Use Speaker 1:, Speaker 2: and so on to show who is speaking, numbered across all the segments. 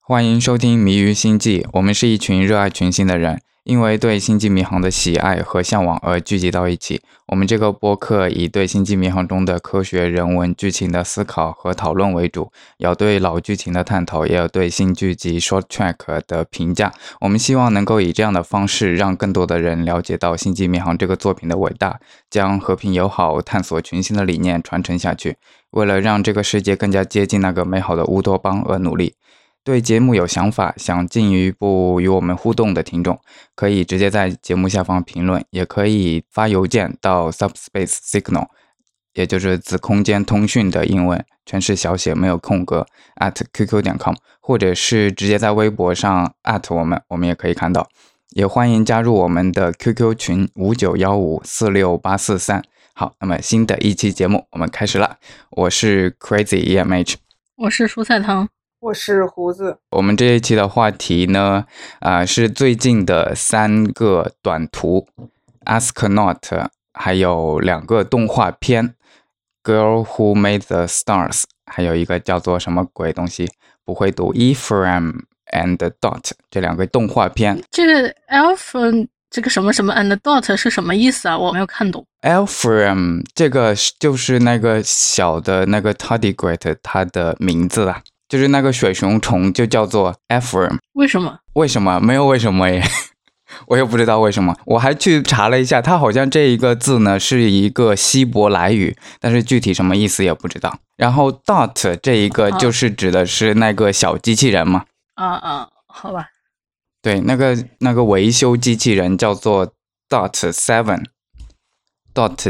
Speaker 1: 欢迎收听《迷于星际》，我们是一群热爱群星的人，因为对星际迷航的喜爱和向往而聚集到一起。我们这个播客以对星际迷航中的科学、人文、剧情的思考和讨论为主，有对老剧情的探讨，也有对新剧集 Short Track 的评价。我们希望能够以这样的方式，让更多的人了解到《星际迷航》这个作品的伟大，将和平友好、探索群星的理念传承下去。为了让这个世界更加接近那个美好的乌托邦而努力。对节目有想法，想进一步与我们互动的听众，可以直接在节目下方评论，也可以发邮件到 subspace signal，也就是子空间通讯的英文，全是小写没有空格 at qq 点 com，或者是直接在微博上 at 我们，我们也可以看到。也欢迎加入我们的 QQ 群五九幺五四六八四三。好，那么新的一期节目我们开始了，我是 Crazy E EMH。
Speaker 2: 我是蔬菜汤，
Speaker 3: 我是胡子，
Speaker 1: 我们这一期的话题呢，啊、是最近的三个短途《Astronaut》，还有两个动画片《Girl Who Made the Stars》，还有一个叫做什么鬼东西，不会读《Ephraim and Dot》这两个动画片。
Speaker 2: 这个 alpha 这个什么什么 and dot 是什么意思啊？我没有看懂。
Speaker 1: Ephraim 这个是就是那个小的那个 Tardigrade 它的名字啦，就是那个水熊虫就叫做 Ephraim。
Speaker 2: 为什么？
Speaker 1: 为什么？没有为什么耶， 我也不知道为什么。我还去查了一下，它好像这一个字呢是一个希伯来语，但是具体什么意思也不知道。然后 dot 这一个
Speaker 2: 哦
Speaker 1: 就是指的是那个小机器人嘛，
Speaker 2: 啊啊，好吧，
Speaker 1: 对，那个那个维修机器人叫做 dot seven，dot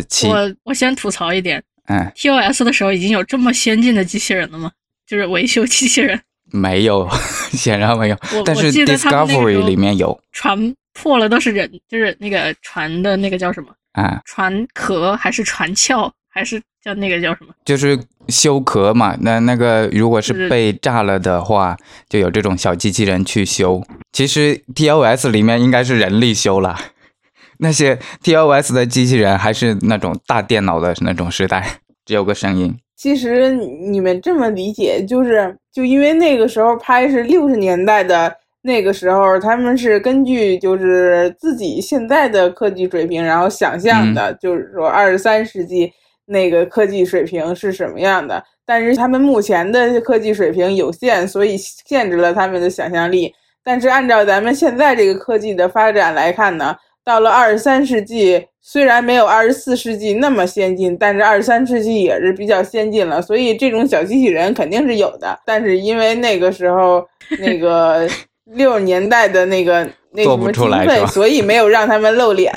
Speaker 1: 七，
Speaker 2: 我我先吐槽一点
Speaker 1: 嗯，
Speaker 2: ，TOS 的时候已经有这么先进的机器人了吗？就是维修机器人，
Speaker 1: 没有， 显然没有
Speaker 2: 我，
Speaker 1: 但是
Speaker 2: 我记得他们那个时
Speaker 1: Discovery
Speaker 2: 候
Speaker 1: 里面有
Speaker 2: 船破了都是人，就是那个船的那个叫什么？
Speaker 1: 啊。
Speaker 2: 船壳还是船壳还是叫那个叫什么？
Speaker 1: 就是修壳嘛，那那个如果是
Speaker 2: 对对
Speaker 1: 被炸了的话，就有这种小机器人去修。其实 TOS 里面应该是人力修了， 那些 TOS 的机器人还是那种大电脑的那种时代，只有个声音。
Speaker 3: 其实你们这么理解，就是就因为那个时候拍是六十年代的，那个时候他们是根据就是自己现在的科技水平，然后想象的，就是说二十三世纪那个科技水平是什么样的。但是他们目前的科技水平有限，所以限制了他们的想象力。但是按照咱们现在这个科技的发展来看呢，到了二十三世纪，虽然没有二十四世纪那么先进，但是二十三世纪也是比较先进了，所以这种小机器人肯定是有的。但是因为那个时候那 个六十年代的那个那
Speaker 1: 做
Speaker 3: 什
Speaker 1: 不
Speaker 3: 么
Speaker 1: 出来
Speaker 3: 经
Speaker 1: 是
Speaker 3: 费，
Speaker 1: 吧
Speaker 3: 所以没有让他们 露脸。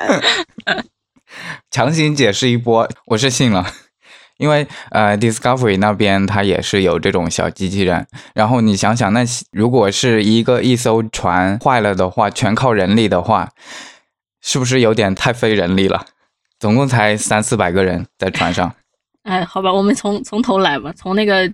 Speaker 1: 强行解释一波，我是信了。 因为呃，Discovery 那边它也是有这种小机器人，然后你想想，那如果是一个一艘船坏了的话，全靠人力的话，是不是有点太费人力了？总共才三四百个人在船 上，
Speaker 2: 哎，好吧，我们从从头来吧，从那个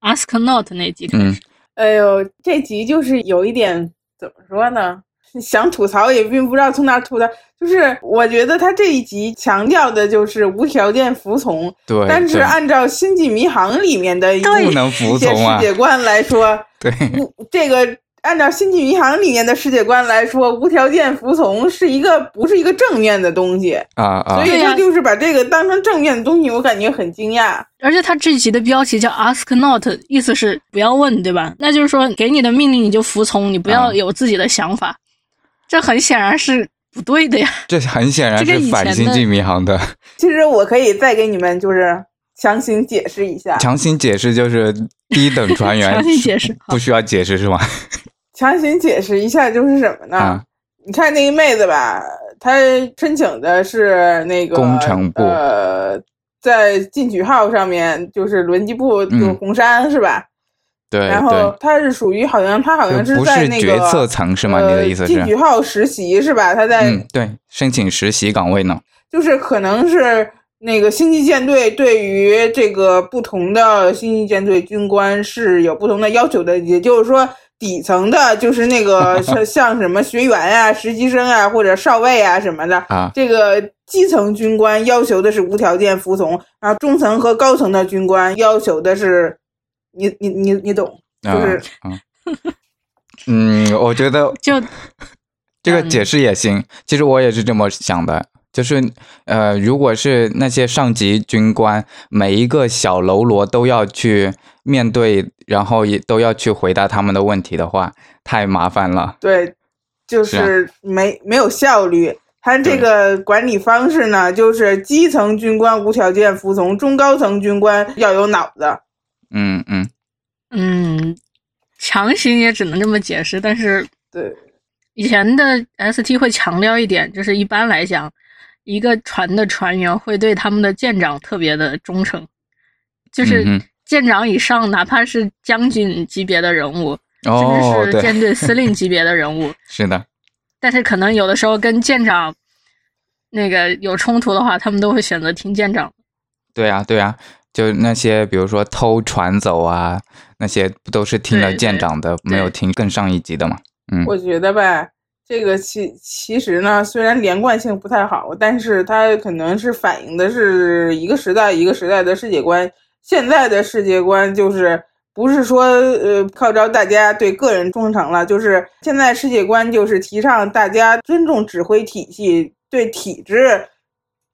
Speaker 2: astronaut 那集开始。
Speaker 1: 嗯，
Speaker 3: 哎呦，这集就是有一点怎么说呢？想吐槽也并不知道从哪儿吐槽，就是我觉得他这一集强调的就是无条件服从，
Speaker 1: 对，
Speaker 3: 但是
Speaker 1: 对
Speaker 2: 啊
Speaker 3: 按照《星际迷航》里面的一
Speaker 1: 不能服
Speaker 3: 一些
Speaker 1: 从
Speaker 3: 世
Speaker 1: 啊，
Speaker 3: 界观来 说，
Speaker 1: 对，
Speaker 3: 无这个按照《星际迷航》里面的世界观来说，无条件服从是一个不是一个正面的东西，
Speaker 1: 啊啊
Speaker 3: 所，以
Speaker 2: 对
Speaker 3: 他
Speaker 2: 呀
Speaker 3: 就是把这个当成正面的东西，我感觉很惊讶。
Speaker 2: 而且它这集的标题叫 Ask Not，意思是不要问，对吧？那就是说，给你的命令你就服从，你不要
Speaker 1: 嗯
Speaker 2: 有自己的想法。这很显然是不对的呀。
Speaker 1: 这很显然
Speaker 2: 这跟
Speaker 1: 是
Speaker 2: 以
Speaker 1: 反
Speaker 2: 前
Speaker 1: 星
Speaker 2: 的
Speaker 1: 际迷航的。
Speaker 3: 其实我可以再给你们就是强行解释一下，
Speaker 1: 强行解释就是低等船员，
Speaker 2: 强行解释啊好
Speaker 1: 不需要解释是吗？
Speaker 3: 强行解释一下就是什么呢？
Speaker 1: 啊，
Speaker 3: 你看那个妹子吧，她申请的是那个
Speaker 1: 工程部
Speaker 3: 呃，在进取号上面就是轮机部，就是
Speaker 1: 嗯
Speaker 3: 红山、是吧？
Speaker 1: 对
Speaker 3: 然后
Speaker 1: 对。
Speaker 3: 她是属于好像她好像
Speaker 1: 就不
Speaker 3: 在
Speaker 1: 是
Speaker 3: 那
Speaker 1: 决
Speaker 3: 个
Speaker 1: 策层是吗？你的意思
Speaker 3: 呃、
Speaker 1: 是？
Speaker 3: 进取号实习是吧？她在、
Speaker 1: 嗯，对，申请实习岗位呢。
Speaker 3: 就是可能是那个星际舰队对于这个不同的星际舰队军官是有不同的要求的，也就是说。底层的就是 那个像像什么学员啊、实习生啊或者少尉啊什么的，
Speaker 1: 啊
Speaker 3: 这个基层军官要求的是无条件服从，然后中层和高层的军官要求的是，你你你你懂，
Speaker 1: 啊
Speaker 3: 就是
Speaker 1: 嗯嗯，我觉得
Speaker 2: 就
Speaker 1: 这
Speaker 3: 嗯
Speaker 1: 个解释也行。其实我也是这么想的，就是呃，如果是那些上级军官，每一个小喽啰都要去面对，然后也都要去回答他们的问题的话，太麻烦了。
Speaker 3: 对，就是
Speaker 1: 啊
Speaker 3: 是没、没有效率。他这
Speaker 1: 对
Speaker 3: 个管理方式呢，就是基层军官无条件服从，中高层军官要有脑子。
Speaker 1: 嗯嗯，
Speaker 2: 嗯，强行也只能这么解释。但是
Speaker 1: 嗯
Speaker 3: 对，
Speaker 2: 以前的 ST 会强调一点，就是一般来讲，一个船的船员会对他们的舰长特别的忠诚，就是
Speaker 1: 嗯哼
Speaker 2: 舰长以上，哪怕是将军级别的人物，
Speaker 1: 哦，
Speaker 2: 甚至是
Speaker 1: 对，
Speaker 2: 舰队司令级别 的人物，
Speaker 1: 是的，
Speaker 2: 但是可能有的时候跟舰长那个有冲突的话，他们都会选择听舰长。
Speaker 1: 对啊，对啊，就那些比如说偷船走啊，那些不都是听了
Speaker 2: 对对
Speaker 1: 舰长的，没有听更上一级的嘛？嗯，
Speaker 3: 我觉得吧，这个其其实呢，虽然连贯性不太好，但是它可能是反映的是一个时代一个时代的世界观。现在的世界观就是不是说呃号召大家对个人忠诚了，就是现在世界观就是提倡大家尊重指挥体系，对体制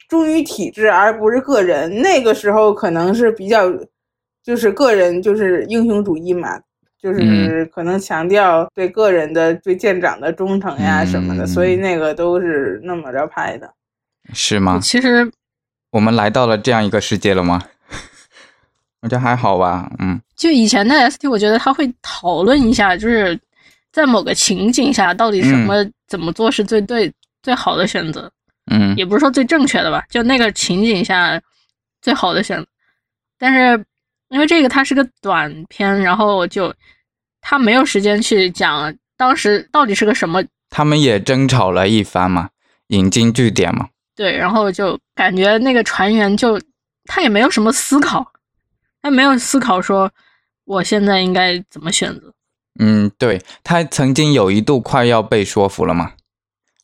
Speaker 3: 忠于体制，而不是个人。那个时候可能是比较就是个人就是英雄主义嘛，就是
Speaker 1: 嗯
Speaker 3: 可能强调对个人的、对舰长的忠诚呀什么的，所以
Speaker 1: 嗯
Speaker 3: 那个都是那么着拍的。
Speaker 1: 是吗？
Speaker 2: 其实
Speaker 1: 我们来到了这样一个世界了吗？我觉得还好吧，嗯
Speaker 2: 就以前的 ST，我觉得他会讨论一下，就是在某个情景下，到底什么、怎么做是最对最好的选择，
Speaker 1: 嗯
Speaker 2: 也不是说最正确的吧，就那个情景下最好的选择。但是因为这个它是个短片，然后就他没有时间去讲当时到底是个什么
Speaker 1: 他们也争吵了一番嘛，引经据典嘛，
Speaker 2: 对，然后就感觉那个船员就他也没有什么思考，他没有思考说我现在应该怎么选择。
Speaker 1: 嗯，对他曾经有一度快要被说服了嘛，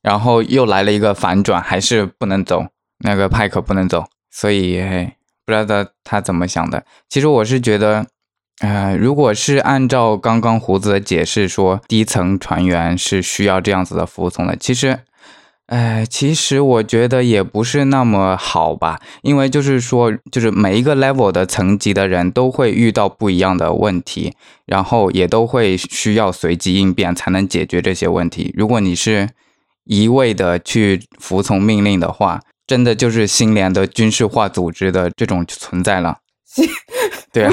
Speaker 1: 然后又来了一个反转，还是不能走，那个派克不能走，所以嘿，不知道他怎么想的。其实我是觉得，呃，如果是按照刚刚胡子的解释说，低层船员是需要这样子的服从的，其实。哎，其实我觉得也不是那么好吧，因为就是说，就是每一个 level 的层级的人都会遇到不一样的问题，然后也都会需要随机应变才能解决这些问题。如果你是一味的去服从命令的话，真的就是新联的军事化组织的这种存在了。 对啊，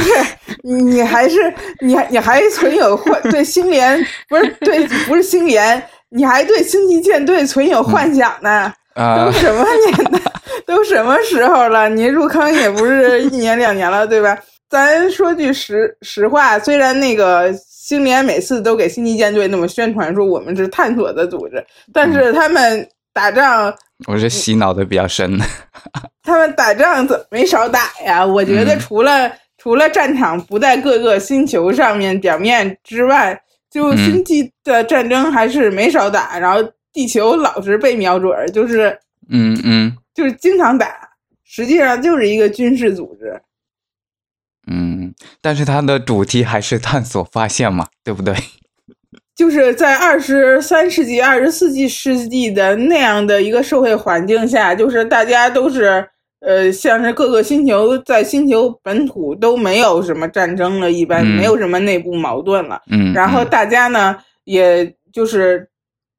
Speaker 3: 你还是你还你还存有幻对星联不是对不是星联，你还对星际舰队存有幻想呢？都
Speaker 1: 呃，
Speaker 3: 什么年代，都什么时候了？你入坑也不是一年两年了，对吧？咱说句实实话，虽然那个星联每次都给星际舰队那么宣传说我们是探索的组织，但是他们打仗，
Speaker 1: 我是洗脑的比较深。
Speaker 3: 他们打仗怎么没少打呀？我觉得
Speaker 1: 嗯
Speaker 3: 除了、除了战场不在各个星球上面表面之外，就
Speaker 1: 嗯
Speaker 3: 星际的战争还是没少打，然后地球老是被瞄准儿，就是
Speaker 1: 嗯嗯
Speaker 3: 就是经常打，实际上就是一个军事组织。
Speaker 1: 嗯，但是它的主题还是探索发现嘛，对不对？
Speaker 3: 就是在二十三世纪、二十四纪世纪的那样的一个社会环境下，就是大家都是呃，像是各个星球在星球本土都没有什么战争了，一般、
Speaker 1: 嗯
Speaker 3: 没有什么内部矛盾了。
Speaker 1: 嗯，
Speaker 3: 然后
Speaker 1: 嗯
Speaker 3: 大家呢，也就是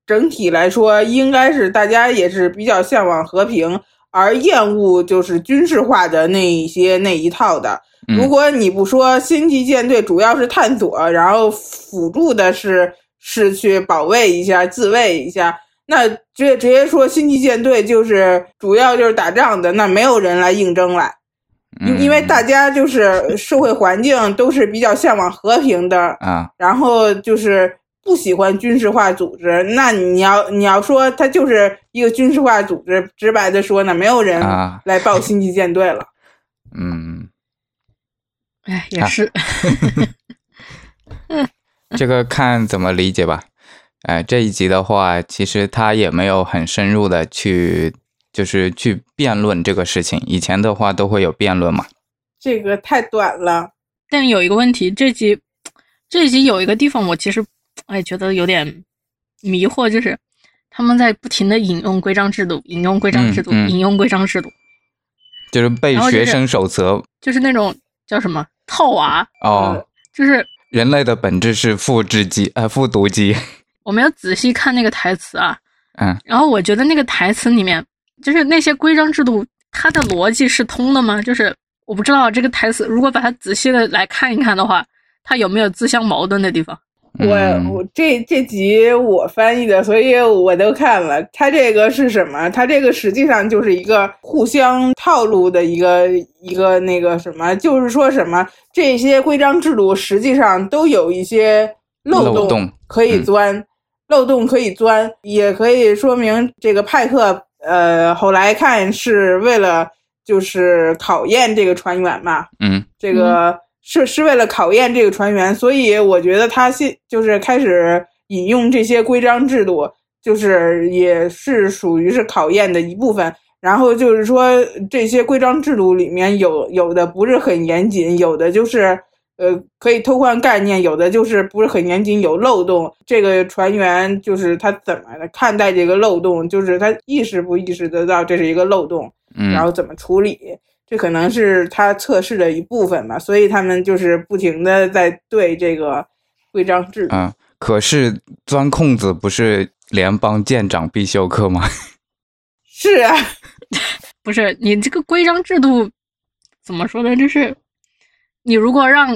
Speaker 3: 整体来说，应该是大家也是比较向往和平，而厌恶就是军事化的那一些那一套的。
Speaker 1: 嗯
Speaker 3: 如果你不说星际舰队主要是探索，然后辅助的是是去保卫一下、自卫一下，那直接直接说星际舰队就是主要就是打仗的，那没有人来应征来。
Speaker 1: 嗯
Speaker 3: 因因为大家就是社会环境都是比较向往和平的，
Speaker 1: 啊，
Speaker 3: 然后就是不喜欢军事化组织。那你要你要说它就是一个军事化组织，直白的说呢，没有人
Speaker 1: 啊
Speaker 3: 来报星际舰队了。
Speaker 1: 嗯。
Speaker 2: 哎，也
Speaker 1: 啊
Speaker 2: 是，
Speaker 1: 这个看怎么理解吧。哎，这一集的话，其实他也没有很深入的去，就是去辩论这个事情。以前的话都会有辩论嘛。
Speaker 3: 这个太短了，
Speaker 2: 但有一个问题，这集这一集有一个地方我其实哎觉得有点迷惑，就是他们在不停的引用规章制度，引用规章制度，
Speaker 1: 嗯嗯
Speaker 2: 引用规章制度，
Speaker 1: 就是背
Speaker 2: 然后就
Speaker 1: 学
Speaker 2: 是
Speaker 1: 生手册
Speaker 2: 就是那种叫什么套娃，
Speaker 1: 哦。
Speaker 2: 就是
Speaker 1: 人类的本质是复制机，呃，复读机。
Speaker 2: 我没有仔细看那个台词啊，
Speaker 1: 嗯，
Speaker 2: 然后我觉得那个台词里面，就是那些规章制度，它的逻辑是通的吗？就是我不知道这个台词，如果把它仔细的来看一看的话，它有没有自相矛盾的地方？
Speaker 1: 嗯
Speaker 3: 我我这这集我翻译的，所以我都看了。它这个是什么？它这个实际上就是一个互相套路的一个一个那个什么，就是说什么这些规章制度实际上都有一些
Speaker 1: 漏
Speaker 3: 漏
Speaker 1: 洞
Speaker 3: 洞可以
Speaker 1: 嗯
Speaker 3: 钻，漏洞可以钻，也可以说明这个派克呃后来看是为了就是考验这个船员嘛，
Speaker 1: 嗯
Speaker 3: 这个是是为了考验这个船员，所以我觉得他现就是开始引用这些规章制度，就是也是属于是考验的一部分。然后就是说，这些规章制度里面有有的不是很严谨，有的就是呃可以偷换概念，有的就是不是很严谨，有漏洞。这个船员就是他怎么看待这个漏洞，就是他意识不意识得到这是一个漏洞，
Speaker 1: 嗯，
Speaker 3: 然后怎么处理。这可能是他测试的一部分吧，所以他们就是不停的在对这个规章制度。
Speaker 1: 啊，可是钻空子不是联邦舰长必修课吗？
Speaker 3: 是啊，
Speaker 2: 不是你这个规章制度怎么说呢？就是你如果让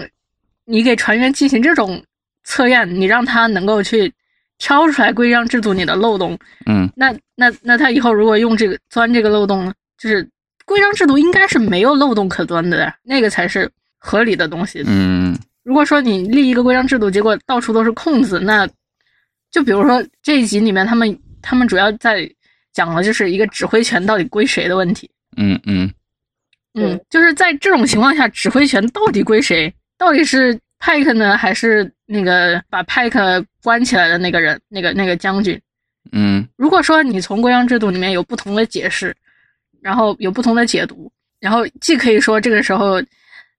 Speaker 2: 你给船员进行这种测验，你让他能够去挑出来规章制度里的漏洞，
Speaker 1: 嗯
Speaker 2: 那那那他以后如果用这个钻这个漏洞，就是规章制度应该是没有漏洞可钻的呀，那个才是合理的东西。
Speaker 1: 嗯
Speaker 2: 如果说你立一个规章制度，结果到处都是空子，那就比如说这一集里面他们他们主要在讲的就是一个指挥权到底归谁的问题。
Speaker 1: 嗯嗯
Speaker 2: 嗯
Speaker 3: 对，
Speaker 2: 就是在这种情况下，指挥权到底归谁？到底是派克呢，还是那个把派克关起来的那个人，那个那个将军？
Speaker 1: 嗯
Speaker 2: 如果说你从规章制度里面有不同的解释，然后有不同的解读，然后既可以说这个时候，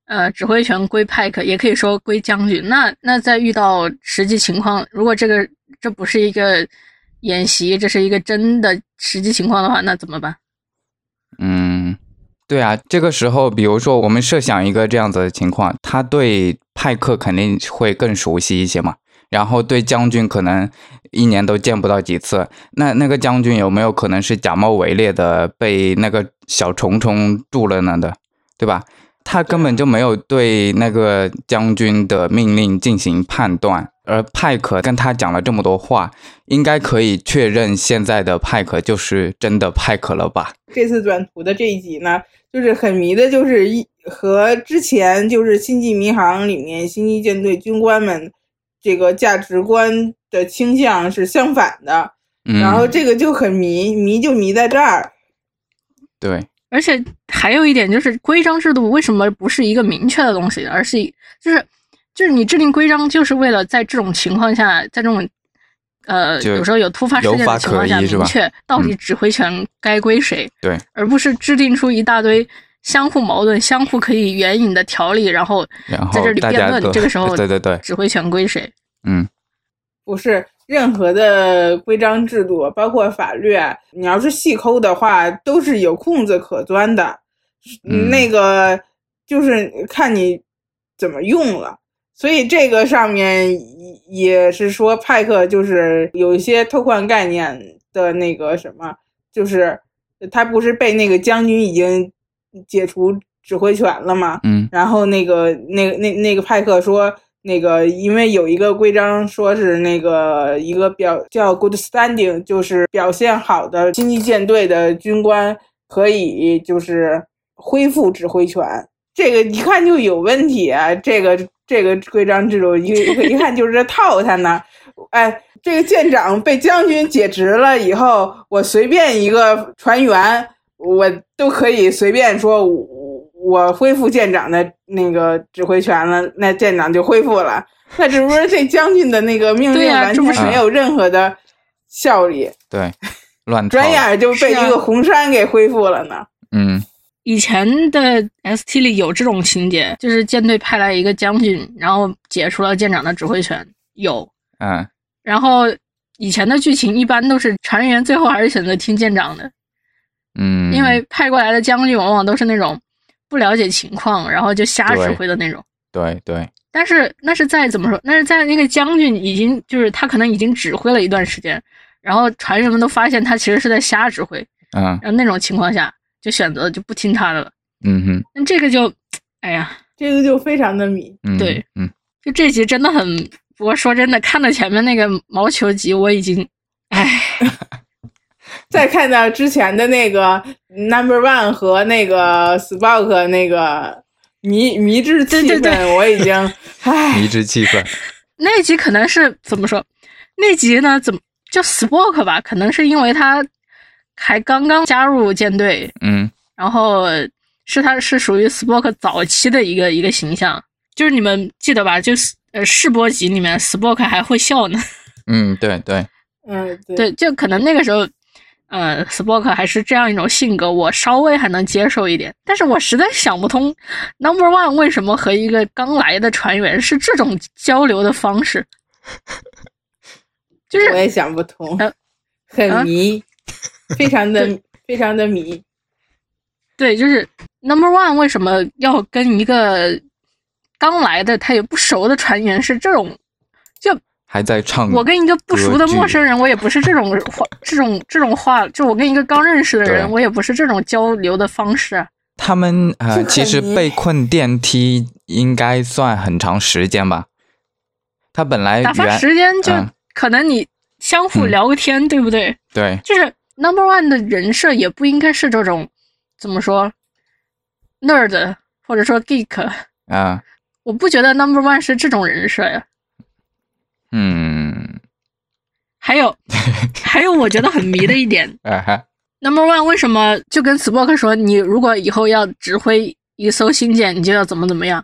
Speaker 2: 呃，指挥权归派克，也可以说归将军。那那在遇到实际情况，如果这个这不是一个演习，这是一个真的实际情况的话，那怎么办？
Speaker 1: 嗯，对啊，这个时候，比如说我们设想一个这样子的情况，他对派克肯定会更熟悉一些嘛，然后对将军可能一年都见不到几次，那那个将军有没有可能是假冒伪劣的，被那个小虫虫住了呢的，对吧？他根
Speaker 3: 啊
Speaker 1: 本就没有对那个将军的命令进行判断，而派克跟他讲了这么多话，应该可以确认现在的派克就是真的派克了吧？
Speaker 3: 这次转图的这一集呢，就是很迷的，就是一和之前就是《星际迷航》里面星际舰队军官们这个价值观的倾向是相反的，
Speaker 1: 嗯，
Speaker 3: 然后这个就很迷，迷就迷在这儿。
Speaker 1: 对，
Speaker 2: 而且还有一点就是，规章制度为什么不是一个明确的东西，而是就是就是你制定规章，就是为了在这种情况下，在这种呃
Speaker 1: 就
Speaker 2: 有时候有突发事件
Speaker 1: 有法
Speaker 2: 的情况下，
Speaker 1: 可依是吧
Speaker 2: 明确到底
Speaker 1: 嗯
Speaker 2: 指挥权该归谁，
Speaker 1: 对，
Speaker 2: 而不是制定出一大堆相互矛盾、相互可以援引的条例，然后
Speaker 1: 然
Speaker 2: 在
Speaker 1: 后
Speaker 2: 这里
Speaker 1: 大
Speaker 2: 辩
Speaker 1: 家
Speaker 2: 论
Speaker 1: 各
Speaker 2: 这个时候
Speaker 1: 对对对，
Speaker 2: 指挥权归谁。
Speaker 1: 嗯
Speaker 3: 不是任何的规章制度，包括法律啊，你要是细抠的话，都是有空子可钻的。
Speaker 1: 嗯
Speaker 3: 那个就是看你怎么用了。所以这个上面也也是说，派克就是有一些偷换概念的那个什么，就是他不是被那个将军已经解除指挥权了吗？
Speaker 1: 嗯
Speaker 3: 然后那个那那那个派克说，那个因为有一个规章说是那个一个表叫 good standing，就是表现好的星际舰队的军官可以就是恢复指挥权，这个一看就有问题啊！这个这个规章制度一个一看就是套他呢。哎，这个舰长被将军解职了以后，我随便一个船员，我都可以随便说我我恢复舰长的那个指挥权了，那舰长就恢复了。那只不过这将军的那个命
Speaker 2: 对
Speaker 3: 令
Speaker 2: 呀
Speaker 3: 完
Speaker 2: 这
Speaker 3: 全
Speaker 2: 不
Speaker 1: 是
Speaker 3: 没有任何的效力，
Speaker 1: 对，乱套
Speaker 3: 转眼就
Speaker 2: 是
Speaker 3: 被
Speaker 2: 啊
Speaker 3: 一个红杉给恢复了呢。
Speaker 1: 嗯
Speaker 2: 以前的 ST 里有这种情节，就是舰队派来一个将军，然后解除了舰长的指挥权，有。
Speaker 1: 嗯，
Speaker 2: 然后以前的剧情一般都是船员最后还是选择听舰长的，
Speaker 1: 嗯，
Speaker 2: 因为派过来的将军往往都是那种不了解情况，然后就瞎指挥的那种。
Speaker 1: 对对，
Speaker 2: 但是那是在怎么说？那是在那个将军已经就是他可能已经指挥了一段时间，然后船员们都发现他其实是在瞎指挥，
Speaker 1: 嗯
Speaker 2: 然后那种情况下就选择就不听他的了。
Speaker 1: 嗯哼，
Speaker 2: 那这个就，哎呀，
Speaker 3: 这个就非常的迷。
Speaker 1: 嗯
Speaker 2: 对，
Speaker 1: 嗯，
Speaker 2: 就这集真的很，不过说真的，看到前面那个毛球集，我已经，哎，
Speaker 3: 再看到之前的那个 Number One 和那个 Spock 那个迷迷之气氛，
Speaker 2: 对对对
Speaker 3: 我已经 唉
Speaker 1: 迷之气氛，
Speaker 2: 那集可能是怎么说？那集呢，怎么就 Spock 吧？可能是因为他还刚刚加入舰队，
Speaker 1: 嗯
Speaker 2: 然后是他是属于 Spock 早期的一个一个形象，就是你们记得吧？就是呃试播集里面 Spock 还会笑呢。
Speaker 1: 嗯，对对，
Speaker 3: 嗯对
Speaker 2: 对，就可能那个时候，呃，Spock 还是这样一种性格，我稍微还能接受一点。但是我实在想不通，Number One 为什么和一个刚来的船员是这种交流的方式？就是
Speaker 3: 我也想不通
Speaker 2: 呃，啊
Speaker 3: 很迷，非常的非常的迷。
Speaker 2: 对，就是 Number One 为什么要跟一个刚来的他也不熟的船员是这种？就
Speaker 1: 还在唱，
Speaker 2: 我跟一个不熟的
Speaker 1: 格局
Speaker 2: 陌生人，我也不是这种话，这种这种话，就我跟一个刚认识的人，
Speaker 1: 对
Speaker 2: 我也不是这种交流的方式啊。
Speaker 1: 他们
Speaker 3: 就
Speaker 1: 呃，
Speaker 3: 很
Speaker 1: 其实
Speaker 3: 迷
Speaker 1: 被困电梯应该算很长时间吧。他本来
Speaker 2: 打发
Speaker 1: 哎原
Speaker 2: 时间就
Speaker 1: 嗯
Speaker 2: 可能你相互聊个天，对不对？
Speaker 1: 对，
Speaker 2: 就是 number one 的人设也不应该是这种怎么说 nerd 或者说 geek，
Speaker 1: 啊、
Speaker 2: 我不觉得 number one 是这种人设呀。
Speaker 1: 嗯，
Speaker 2: 还 有，还有，我觉得很迷的一点
Speaker 1: 啊哈，
Speaker 2: ，number one 为什么就跟 Spock 说，你如果以后要指挥一艘星舰，你就要怎么怎么样？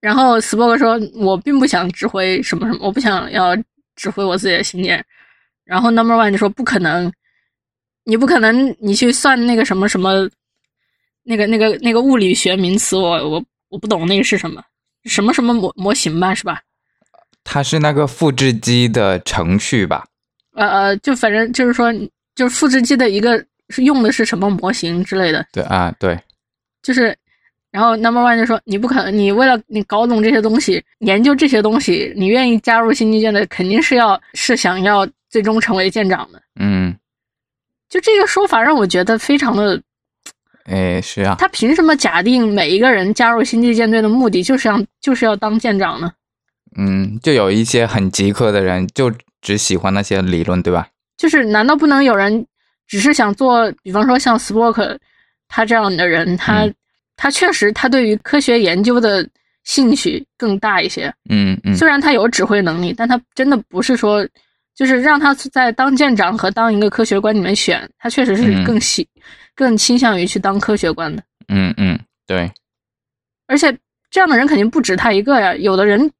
Speaker 2: 然后 Spock 说：“我并不想指挥什么什么，我不想要指挥我自己的信念。”然后 Number One 就说：“不可能，你不可能，你去算那个什么什么，那个那个那个物理学名词，我我我不懂那个是什么，什么什么模模型吧，是吧？
Speaker 1: 它是那个复制机的程序吧？
Speaker 2: 呃呃，就反正就是说，就是复制机的一个是用的是什么模型之类的，
Speaker 1: 对啊，对，
Speaker 2: 就是，然后 Number One 就说：“你不可能，你为了你搞懂这些东西，研究这些东西，你愿意加入星际舰队，肯定是要是想要最终成为舰长的。
Speaker 1: 嗯，”
Speaker 2: 就这个说法让我觉得非常的，
Speaker 1: 诶，是啊，
Speaker 2: 他凭什么假定每一个人加入星际舰队的目的就是要就是要当舰长呢？
Speaker 1: 嗯，就有一些很极客的人，就只喜欢那些理论，对吧？
Speaker 2: 就是难道不能有人只是想做，比方说像 Spock 他这样的人，他、
Speaker 1: 嗯
Speaker 2: 他确实他对于科学研究的兴趣更大一些，
Speaker 1: 嗯嗯
Speaker 2: 虽然他有指挥能力，但他真的不是说，就是让他在当舰长和当一个科学官里面选，他确实是
Speaker 1: 嗯
Speaker 2: 更喜、更倾向于去当科学官的。
Speaker 1: 嗯嗯，对，
Speaker 2: 而且这样的人肯定不止他一个呀，有的人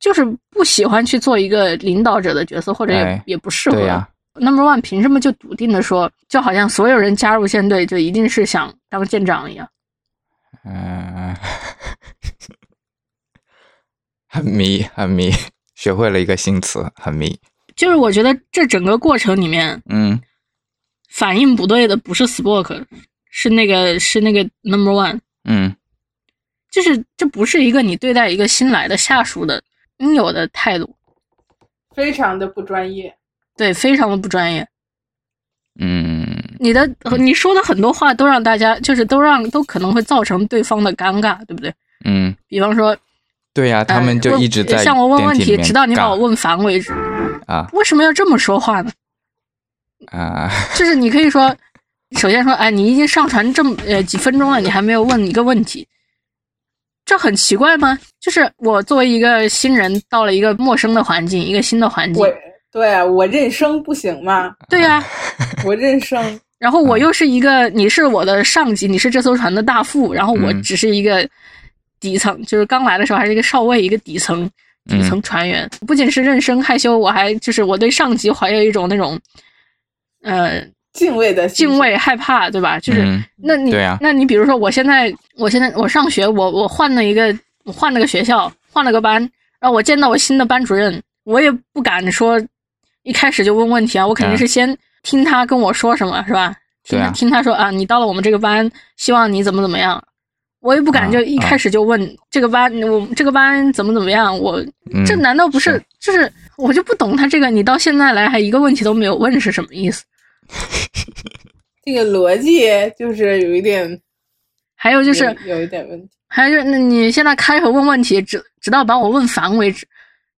Speaker 2: 就是不喜欢去做一个领导者的角色，或者也、
Speaker 1: 哎
Speaker 2: 也不适合。
Speaker 1: 对呀、
Speaker 2: Number One 凭什么就笃定的说，就好像所有人加入舰队就一定是想当舰长一样？
Speaker 1: 嗯、很迷，很迷，学会了一个新词，很迷。
Speaker 2: 就是我觉得这整个过程里面，
Speaker 1: 嗯
Speaker 2: 反应不对的不是 Spock，是那个是那个 Number One，
Speaker 1: 嗯
Speaker 2: 就是这不是一个你对待一个新来的下属的应有的态度，
Speaker 3: 非常的不专业。
Speaker 2: 对，非常的不专业。
Speaker 1: 嗯，
Speaker 2: 你的你说的很多话都让大家就是都让都可能会造成对方的尴尬，对不对？
Speaker 1: 嗯，
Speaker 2: 比方说，
Speaker 1: 对呀、他们就
Speaker 2: 哎问
Speaker 1: 一直在
Speaker 2: 向我问问
Speaker 1: 电梯
Speaker 2: 题
Speaker 1: 里，面
Speaker 2: 直到你把
Speaker 1: 尬
Speaker 2: 我问烦为止。
Speaker 1: 啊
Speaker 2: 为什么要这么说话呢？
Speaker 1: 啊，
Speaker 2: 就是你可以说，首先说，哎，你已经上传这么呃几分钟了，你还没有问一个问题，这很奇怪吗？就是我作为一个新人，到了一个陌生的环境，一个新的环境
Speaker 3: 我，对啊，我认生不行吗？
Speaker 2: 对啊，
Speaker 3: 我认生，
Speaker 2: 然后我又是一个，你是我的上级，你是这艘船的大副，然后我
Speaker 1: 嗯
Speaker 2: 只是一个底层，就是刚来的时候还是一个少尉，一个底层底层船员。不仅是认生害羞，我还就是我对上级怀有一种那种，呃，
Speaker 3: 敬畏的心
Speaker 2: 敬畏、害怕，对吧？就是、
Speaker 1: 嗯
Speaker 2: 那你
Speaker 1: 对啊
Speaker 2: 那你比如说，我现在我现在我上学，我我换了一个我换了个学校，换了个班，然后我见到我新的班主任，我也不敢说一开始就问问题啊，我肯定
Speaker 1: 嗯
Speaker 2: 是先听他跟我说什么，是吧？听
Speaker 1: 对
Speaker 2: 他
Speaker 1: 啊
Speaker 2: 听他说啊，你到了我们这个班，希望你怎么怎么样。我也不敢
Speaker 1: 啊
Speaker 2: 就一开始就问这个班，我这个班怎么怎么样？我
Speaker 1: 嗯，
Speaker 2: 这难道不是
Speaker 1: 是
Speaker 2: 就是我就不懂他这个，你到现在来还一个问题都没有问是什么意思？
Speaker 3: 这个逻辑就是有一点，
Speaker 2: 还有就是
Speaker 3: 有有一点问题。
Speaker 2: 还是那你现在开口问问题，直直到把我问烦为止。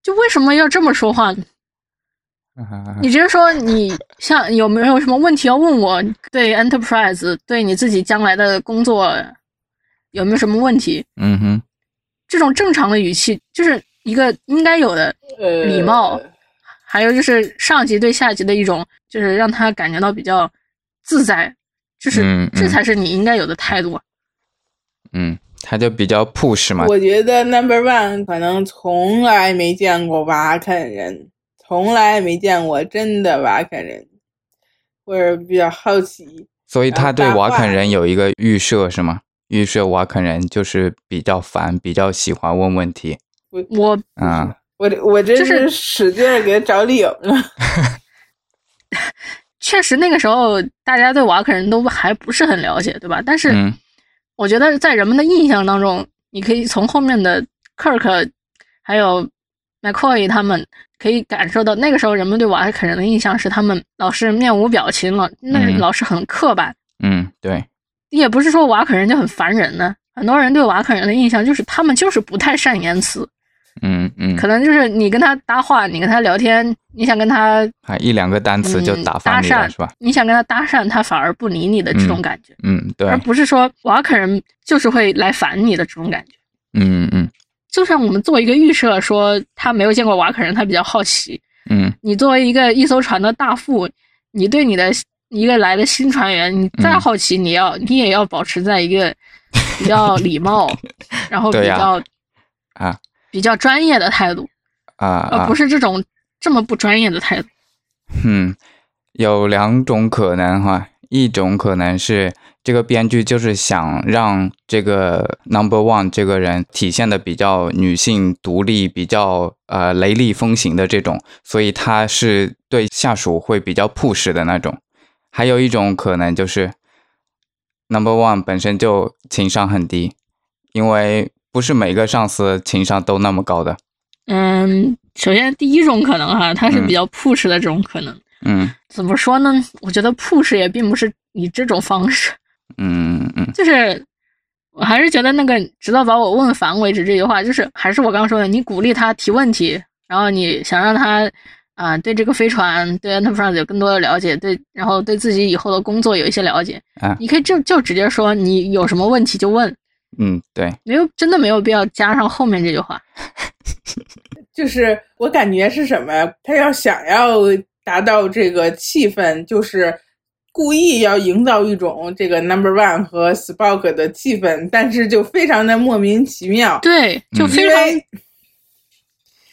Speaker 2: 就为什么要这么说话呢？你直接说你像有没有什么问题要问我？对 enterprise，对你自己将来的工作有没有什么问题？
Speaker 1: 嗯哼，
Speaker 2: 这种正常的语气就是一个应该有的。
Speaker 3: 呃，
Speaker 2: 礼貌还有就是上级对下级的一种，就是让他感觉到比较自在，就是、
Speaker 1: 嗯
Speaker 2: 这
Speaker 1: 嗯
Speaker 2: 才是你应该有的态度啊。
Speaker 1: 嗯，他就比较 push 嘛，
Speaker 3: 我觉得 number one 可能从来没见过瓦肯人，从来没见过真的瓦肯人，或者比较好奇。
Speaker 1: 所以
Speaker 3: 然后
Speaker 1: 他对
Speaker 3: 八
Speaker 1: 瓦
Speaker 3: 卦
Speaker 1: 肯人有一个预设是吗？预设瓦肯人就是比较烦，比较喜欢问问题
Speaker 2: 我
Speaker 1: 啊。
Speaker 3: 我我真
Speaker 2: 就是
Speaker 3: 是使劲儿给他找理由呢。
Speaker 2: 确实那个时候大家对瓦肯人都还不是很了解，对吧？但是
Speaker 1: 嗯
Speaker 2: 我觉得在人们的印象当中，你可以从后面的 Kirk 还有 McCoy 他们可以感受到，那个时候人们对瓦肯人的印象是他们老是面无表情，老那
Speaker 1: 嗯
Speaker 2: 老是很刻板。
Speaker 1: 嗯，对，
Speaker 2: 也不是说瓦肯人就很烦人呢，很多人对瓦肯人的印象就是他们就是不太善言辞，
Speaker 1: 嗯嗯
Speaker 2: 可，能就是你跟他搭话，你跟他聊天，你想跟他
Speaker 1: 还一两个单词就
Speaker 2: 嗯
Speaker 1: 打发
Speaker 2: 搭
Speaker 1: 你了、
Speaker 2: 讪
Speaker 1: 是吧？
Speaker 2: 你想跟他搭讪，他反而不理你的这种感觉，
Speaker 1: 嗯，对
Speaker 2: 而，不是说瓦肯人就是会来烦你的这种感觉。
Speaker 1: 嗯嗯
Speaker 2: 就算我们做一个预设，说他没有见过瓦肯人，他比较好奇。
Speaker 1: 嗯
Speaker 2: 你作为一个一艘船的大副，你对你的一个来的新船员，你再
Speaker 1: 嗯
Speaker 2: 好奇，你要你也要保持在一个比较 礼貌，然后比
Speaker 1: 对呀
Speaker 2: 较、
Speaker 1: 啊
Speaker 2: 比较专业的态度，
Speaker 1: 啊
Speaker 2: 而
Speaker 1: 啊
Speaker 2: 呃不，是这种这么不专业的态度。
Speaker 1: 嗯，有两种可能哈，一种可能是这个编剧就是想让这个 number one 这个人体现的比较女性独立、比较呃雷厉风行的这种，所以他是对下属会比较 push 的那种。还有一种可能就是 number one 本身就情商很低，因为不是每个上司情商都那么高的。
Speaker 2: 嗯，首先第一种可能哈，它是
Speaker 1: 嗯
Speaker 2: 比较 push 的这种可能。
Speaker 1: 嗯
Speaker 2: 怎么说呢？我觉得 push 也并不是以这种方式，
Speaker 1: 嗯嗯
Speaker 2: 就是我还是觉得那个“直到把我问烦为止”这句话，就是还是我刚刚说的，你鼓励他提问题，然后你想让他啊、对这个飞船、对 Enterprise 有更多的了解，对，然后对自己以后的工作有一些了解，
Speaker 1: 啊
Speaker 2: 你可以就就直接说你有什么问题就问，
Speaker 1: 嗯，对，
Speaker 2: 没有真的没有必要加上后面这句话。
Speaker 3: 就是我感觉是什么？他要想要达到这个气氛，就是故意要营造一种这个 number one 和 Spock 的气氛，但是就非常的莫名其妙。
Speaker 2: 对，就
Speaker 1: 嗯
Speaker 2: 非
Speaker 3: 因
Speaker 2: 常、
Speaker 3: 为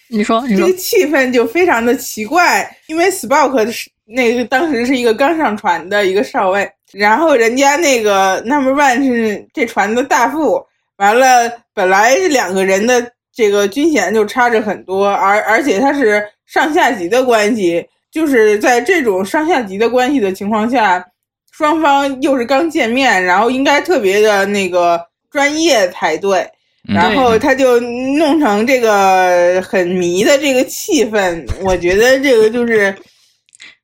Speaker 2: 你说你
Speaker 3: 这
Speaker 2: 说
Speaker 3: 个气氛就非常的奇怪，因为 Spock 是那个当时是一个刚上船的一个少尉，然后人家那个 Number One 是这船的大副，完了本来两个人的这个军衔就差着很多，而而且他是上下级的关系，就是在这种上下级的关系的情况下，双方又是刚见面，然后应该特别的那个专业才对，
Speaker 1: 嗯
Speaker 3: 然后他就弄成这个很迷的这个气 氛，我觉得这个就是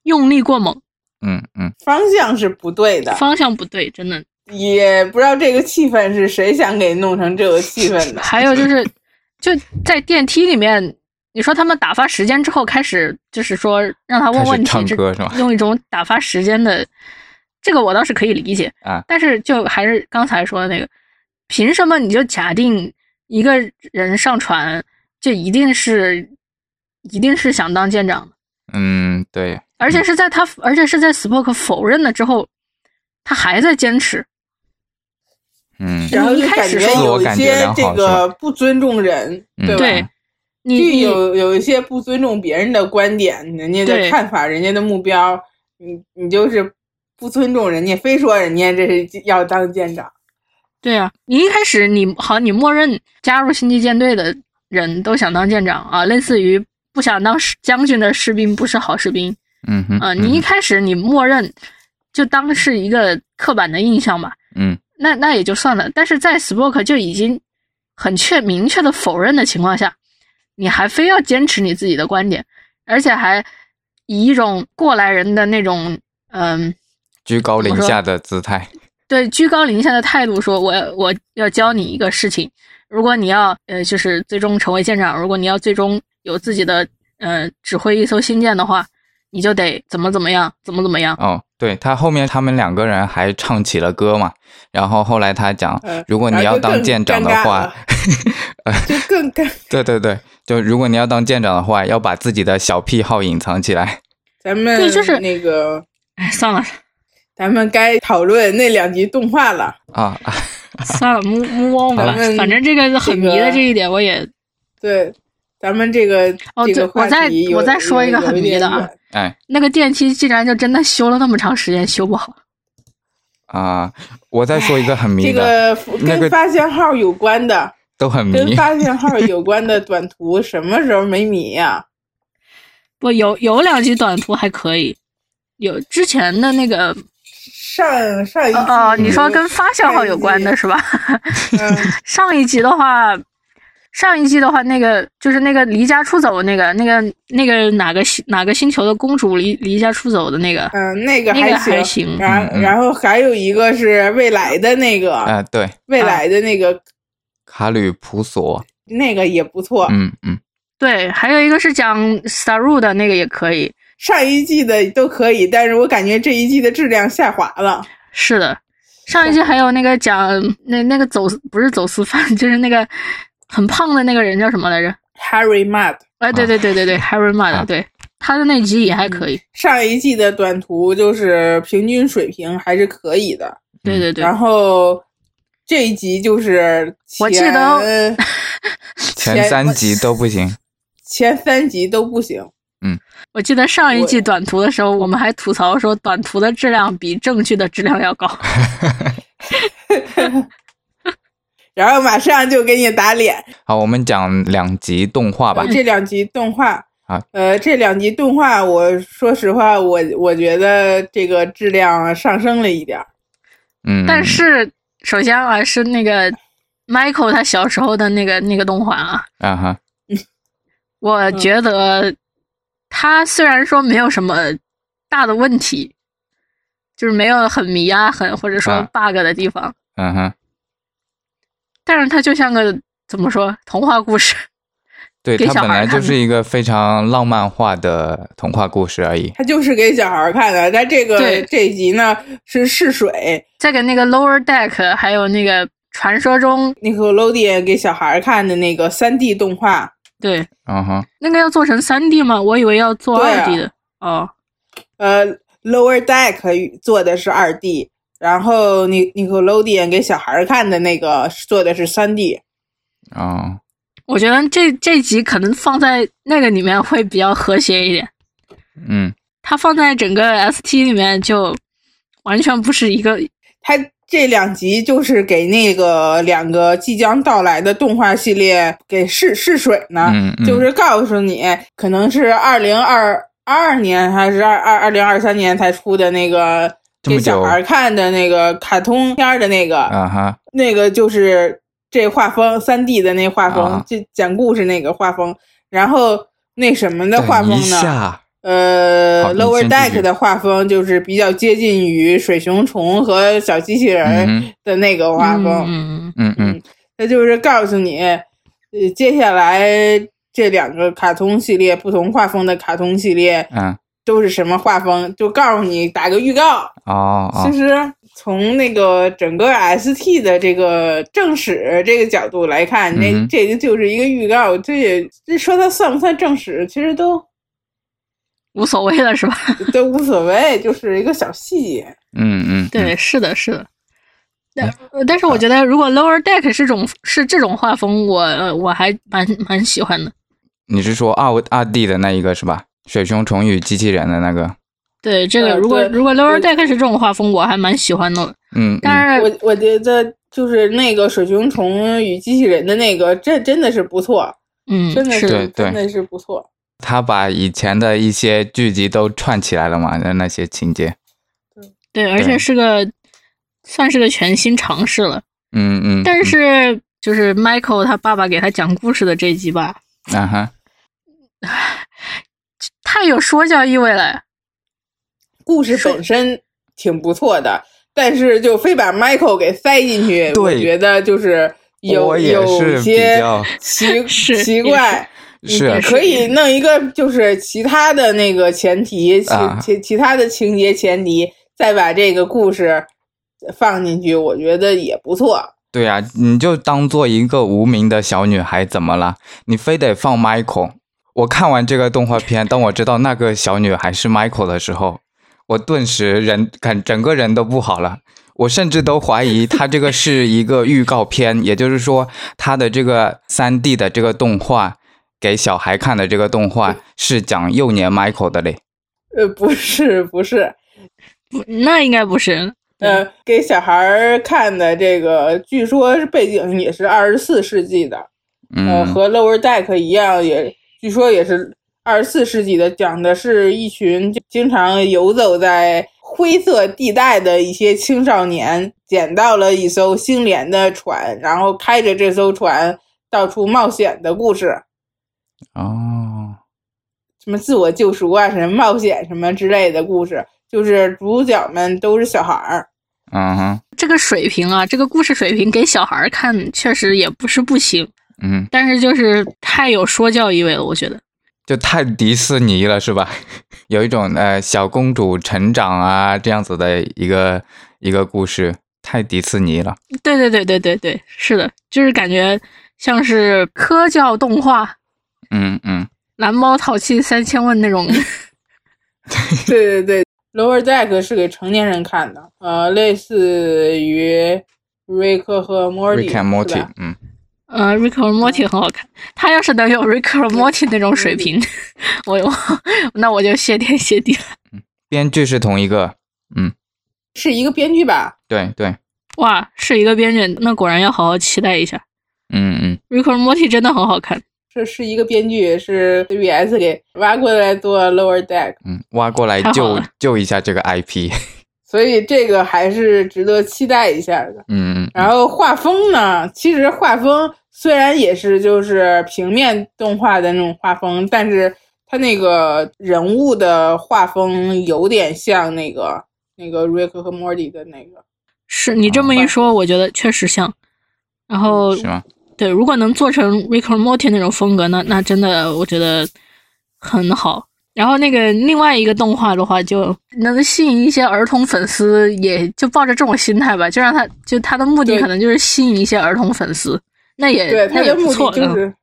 Speaker 2: 用力过猛，
Speaker 1: 嗯嗯
Speaker 3: 方向是不对的，
Speaker 2: 方向不对，真的。
Speaker 3: 也不知道这个气氛是谁想给弄成这个气氛的。
Speaker 2: 还有就是，就在电梯里面，你说他们打发时间之后开始，就是说让他问问题，
Speaker 1: 开始唱歌
Speaker 2: 这
Speaker 1: 是吧
Speaker 2: 用一种打发时间的，这个我倒是可以理解
Speaker 1: 啊
Speaker 2: 但是就还是刚才说的那个，凭什么你就假定一个人上船就一定是一定是想当舰长的？
Speaker 1: 嗯，对，
Speaker 2: 而且是在他，而且是在 Spock 否认了之后，他还在坚持。
Speaker 1: 嗯
Speaker 3: 然后就感觉有一些这个不尊重人，
Speaker 1: 嗯
Speaker 3: 对吧？
Speaker 2: 对，你
Speaker 3: 就
Speaker 2: 你
Speaker 3: 有有一些不尊重别人的观点、人家的
Speaker 2: 对
Speaker 3: 看法、人家的目标，你你就是不尊重人家，非说人家这是要当舰长。
Speaker 2: 对啊，你一开始你好，你默认加入星际舰队的人都想当舰长啊，类似于不想当士将军的士兵不是好士兵
Speaker 1: 嗯哼，
Speaker 2: 啊。你一开始你默认就当是一个刻板的印象吧，
Speaker 1: 嗯
Speaker 2: 那那也就算了。但是在 Spock 就已经很确明确的否认的情况下，你还非要坚持你自己的观点，而且还以一种过来人的那种嗯。
Speaker 1: 居高临
Speaker 2: 怎么说
Speaker 1: 下的姿态，
Speaker 2: 对居高临下的态度说，我要我要教你一个事情，如果你要呃就是最终成为舰长，如果你要最终有自己的呃指挥一艘新舰的话，你就得怎么怎么样，怎么怎么样。
Speaker 1: 哦，对他后面他们两个人还唱起了歌嘛，然后后来他讲
Speaker 3: 嗯，
Speaker 1: 如果你要当舰长的
Speaker 3: 然后
Speaker 1: 话，
Speaker 3: 就更尴，
Speaker 1: 对对对，就如果你要当舰长的话，要把自己的小癖好隐藏起来。
Speaker 3: 咱们
Speaker 2: 对就是
Speaker 3: 那个，
Speaker 2: 哎，算 了
Speaker 3: 咱们该讨论那两集动画了。
Speaker 1: 啊啊，
Speaker 2: 算了，move move on
Speaker 1: 好
Speaker 2: 吧
Speaker 3: 了嗯，
Speaker 2: 反正这个很迷的这一点我也
Speaker 3: 对，咱们这个
Speaker 2: 哦
Speaker 3: 这个
Speaker 2: 对
Speaker 3: 话
Speaker 2: 我再
Speaker 3: 题有
Speaker 2: 我再说一个
Speaker 3: 有
Speaker 2: 很
Speaker 3: 有
Speaker 2: 迷
Speaker 3: 点
Speaker 2: 的啊
Speaker 3: 远
Speaker 1: 哎
Speaker 2: 那个电梯竟然就真的修了那么长时间修不好，
Speaker 1: 啊，我再说一个很迷
Speaker 3: 这
Speaker 1: 的，
Speaker 3: 个
Speaker 1: 那个
Speaker 3: 跟发现号有关的，
Speaker 1: 都很迷
Speaker 3: 跟发现号有关的短途， 什么时候没迷啊呀、
Speaker 2: 不有有两集短途还可以，有之前的那个
Speaker 3: 上上一季、
Speaker 2: 哦哦，你说跟发酵号有关的是吧？
Speaker 3: 嗯，
Speaker 2: 上一集的话，上一季的话，那个就是那个离家出走那个那个那个哪个星哪个星球的公主离离家出走的那个，
Speaker 3: 嗯，那个
Speaker 2: 那个
Speaker 3: 行，
Speaker 2: 还行
Speaker 3: 然
Speaker 1: 嗯嗯
Speaker 3: 然后还有一个是未来的那个，
Speaker 1: 啊，对，
Speaker 3: 未来的那个、
Speaker 1: 卡吕普索，
Speaker 3: 那个也不错。
Speaker 1: 嗯嗯，
Speaker 2: 对，还有一个是讲 Staru 的那个也可以，
Speaker 3: 上一季的都可以，但是我感觉这一季的质量下滑了。
Speaker 2: 是的。上一季还有那个讲那那个走不是走私犯， 就是那个很胖的那个人叫什么来着？
Speaker 3: Harry Mudd
Speaker 2: 哎，对对对对对、h a r r y m u d 对他的那集也还可以，
Speaker 3: 上一季的短途就是平均水平还是可以的，
Speaker 2: 对对对。
Speaker 3: 然后这一集就是
Speaker 2: 我记得
Speaker 3: 前
Speaker 1: 前三集都不行，
Speaker 3: 前三集都不行，
Speaker 2: 我记得上一
Speaker 3: 我
Speaker 2: 季短途的时候，我们还吐槽说短途的质量比正剧的质量要高。
Speaker 3: 然后马上就给你打脸。
Speaker 1: 好，我们讲两集动画吧
Speaker 3: 呃。这两集动画
Speaker 1: 啊，
Speaker 3: 呃，这两集动画，我说实话，我我觉得这个质量上升了一点儿。
Speaker 1: 嗯，
Speaker 2: 但是首先啊，是那个 Michael 他小时候的那个那个动画啊，
Speaker 1: 啊哈，
Speaker 2: 我
Speaker 3: 嗯
Speaker 2: 觉得他虽然说没有什么大的问题，就是没有很迷啊，很或者说
Speaker 1: 啊
Speaker 2: bug 的地方，
Speaker 1: 嗯哼，
Speaker 2: 但是他就像个怎么说童话故事，
Speaker 1: 对，
Speaker 2: 给
Speaker 1: 它
Speaker 2: 小
Speaker 1: 本
Speaker 2: 孩
Speaker 1: 来就
Speaker 2: 看的
Speaker 1: 是一个非常浪漫化的童话故事而已。
Speaker 3: 它就是给小孩儿看的，但这个
Speaker 2: 对
Speaker 3: 这一集呢是试水，
Speaker 2: 再给那个 Lower Deck 还有那个传说中
Speaker 3: 那个 l o d i 给小孩儿看的那个三 D 动画，
Speaker 2: 对
Speaker 1: 嗯哼，
Speaker 2: 那个要做成三 D 吗？我以为要做
Speaker 3: 对啊
Speaker 2: 二 D 的。哦，
Speaker 3: 呃，Lower Deck 做的是二 D，然后那那个 l o d i 给小孩儿看的那个做的是三 D。
Speaker 1: 哦，
Speaker 2: 我觉得这这集可能放在那个里面会比较和谐一点，
Speaker 1: 嗯，
Speaker 2: 它放在整个 ST 里面就完全不是一个。
Speaker 3: 它这两集就是给那个两个即将到来的动画系列给试试水
Speaker 2: 啊
Speaker 3: 呢，
Speaker 1: 嗯嗯
Speaker 3: 就是告诉你，可能是二零二二年还是二二二零二三年才出的那个
Speaker 1: 这么
Speaker 3: 给
Speaker 1: 久
Speaker 3: 小孩看的那个卡通片儿的那个，
Speaker 1: 啊哈，
Speaker 3: 那个就是这画风，三 D 的那画风
Speaker 1: 啊，
Speaker 3: 这、讲故事那个画风，然后那什么的
Speaker 1: 等
Speaker 3: 画风
Speaker 1: 一
Speaker 3: 呢？
Speaker 1: 下，好
Speaker 3: 呃
Speaker 1: 你
Speaker 3: ，Lower
Speaker 1: 先继续
Speaker 3: Deck 的画风就是比较接近于水熊虫和小机器
Speaker 1: 嗯
Speaker 3: 人
Speaker 1: 哼
Speaker 3: 的那个画风，
Speaker 2: 哎嗯，
Speaker 1: 嗯嗯
Speaker 3: 那、就是告诉你，呃，接下来这两个卡通系列不同画风的卡通系列
Speaker 1: 嗯，
Speaker 3: 都是什么画风，就告诉你打个预告。
Speaker 1: 哦
Speaker 3: 其
Speaker 1: 哦，
Speaker 3: 实从那个整个 ST 的这个正史这个角度来看，那、
Speaker 1: 嗯哼
Speaker 3: 这个就是一个预告，这也这说它算不算正史，其实都
Speaker 2: 无所谓了是吧？
Speaker 3: 都无所谓，就是一个小细节。
Speaker 1: 嗯嗯，
Speaker 2: 对，
Speaker 1: 嗯，
Speaker 2: 是的，是的。但但是我觉得，如果 Lower Deck 是种是这种画风，我呃我还蛮蛮喜欢的。
Speaker 1: 你是说二二 D 的那一个是吧？水熊虫与机器人的那个，
Speaker 2: 对这个，
Speaker 3: 呃
Speaker 2: 如果
Speaker 3: 对
Speaker 2: 如果 Lower
Speaker 3: 我
Speaker 2: Deck 是这种画风，我还蛮喜欢的。
Speaker 1: 嗯，嗯
Speaker 2: 但是
Speaker 3: 我我觉得就是那个水熊虫与机器人的那个，这真的是不错，
Speaker 2: 嗯，
Speaker 3: 真的
Speaker 2: 是
Speaker 3: 是
Speaker 1: 对对
Speaker 3: 真的是不错。
Speaker 1: 他把以前的一些剧集都串起来了嘛，那那些情节，
Speaker 2: 对，而且
Speaker 1: 对
Speaker 2: 是个算是个全新尝试了。
Speaker 1: 嗯嗯，
Speaker 2: 但
Speaker 1: 嗯
Speaker 2: 是就是 Michael 他爸爸给他讲故事的这一集吧，
Speaker 1: 啊哈，
Speaker 2: 太有说教意味了。
Speaker 3: 故事本身挺不错的，但是就非把 Michael 给塞进去，
Speaker 1: 对
Speaker 3: 我觉得就是有
Speaker 1: 我也
Speaker 3: 有
Speaker 1: 是
Speaker 3: 些
Speaker 1: 比较
Speaker 3: 奇
Speaker 2: 是
Speaker 3: 奇
Speaker 2: 也
Speaker 3: 怪。
Speaker 1: 是啊
Speaker 2: 也
Speaker 3: 嗯可以弄一个就是其他的那个前提，其
Speaker 1: 啊
Speaker 3: 其其他的情节前提，再把这个故事放进去，我觉得也不错。
Speaker 1: 对呀、你就当做一个无名的小女孩怎么了？你非得放 Michael？我看完这个动画片，当我知道那个小女孩是 Michael 的时候，我顿时人感整个人都不好了。我甚至都怀疑它这个是一个预告片，也就是说，它的这个三 D 的这个动画给小孩看的这个动画是讲幼年 Michael 的嘞。
Speaker 3: 呃，不是不是，
Speaker 2: 不，那应该不是。
Speaker 1: 嗯
Speaker 3: 呃，给小孩儿看的这个，据说是背景也是二十四世纪的，呃，
Speaker 1: 嗯
Speaker 3: 和 Lower Deck 一样，也据说也是二十四世纪的，讲的是一群就经常游走在灰色地带的一些青少年，捡到了一艘星联的船，然后开着这艘船到处冒险的故事，
Speaker 1: 哦，
Speaker 3: 什么自我救赎啊，什么冒险什么之类的故事，就是主角们都是小孩儿。
Speaker 1: 嗯哼，
Speaker 2: 这个水平啊，这个故事水平给小孩儿看确实也不是不行，
Speaker 1: 嗯，
Speaker 2: 但是就是太有说教意味了，我觉得。
Speaker 1: 就太迪士尼了，是吧？ 有一种呃小公主成长啊这样子的一个一个故事，太迪士尼了。
Speaker 2: 对对对对对对，是的，就是感觉像是科教动画《
Speaker 1: 嗯嗯，
Speaker 2: 蓝猫淘气三千问》那种。
Speaker 3: 对对对，Lower Deck 是给成年人看的，呃，类似于瑞克和
Speaker 1: 《
Speaker 3: 莫蒂
Speaker 1: Rick and
Speaker 3: 是
Speaker 1: Morty
Speaker 3: 吧》
Speaker 1: 嗯，
Speaker 2: 呃，Rick and Morty 很好看，他要是能有 Rick and Morty 那种水平， 我我那我就谢天谢地了。
Speaker 1: 编剧是同一个。
Speaker 3: 是一个编剧吧？
Speaker 1: 对对，
Speaker 2: 哇，是一个编剧，那果然要好好期待一下。
Speaker 1: 嗯嗯，
Speaker 2: Rick and Morty 真的很好看，
Speaker 3: 是是一个编剧，是 CBS 给挖过来做 Lower Deck，
Speaker 1: 嗯，挖过来
Speaker 2: 太好
Speaker 1: 救
Speaker 2: 了
Speaker 1: 救一下这个 IP。
Speaker 3: 所以这个还是值得期待一下的。
Speaker 1: 嗯嗯
Speaker 3: 然后画风呢，其实画风虽然也是就是平面动画的那种画风，但是它那个人物的画风有点像那个那个瑞克和莫蒂的那个。
Speaker 2: 是你这么
Speaker 3: 啊
Speaker 2: 一说，我觉得确实像。然后
Speaker 1: 嗯，是吗？
Speaker 2: 对，如果能做成 Rick and Morty 那种风格，那那真的我觉得很好。然后那个另外一个动画的话，就能吸引一些儿童粉丝，也就抱着这种心态吧，就让他就他的目的
Speaker 3: 对
Speaker 2: 可能就是吸引一些儿童粉丝，那也
Speaker 3: 对，他
Speaker 2: 嗯那也
Speaker 3: 的
Speaker 2: 不
Speaker 3: 目
Speaker 2: 错嗯
Speaker 3: 的
Speaker 2: 的。
Speaker 3: 就是，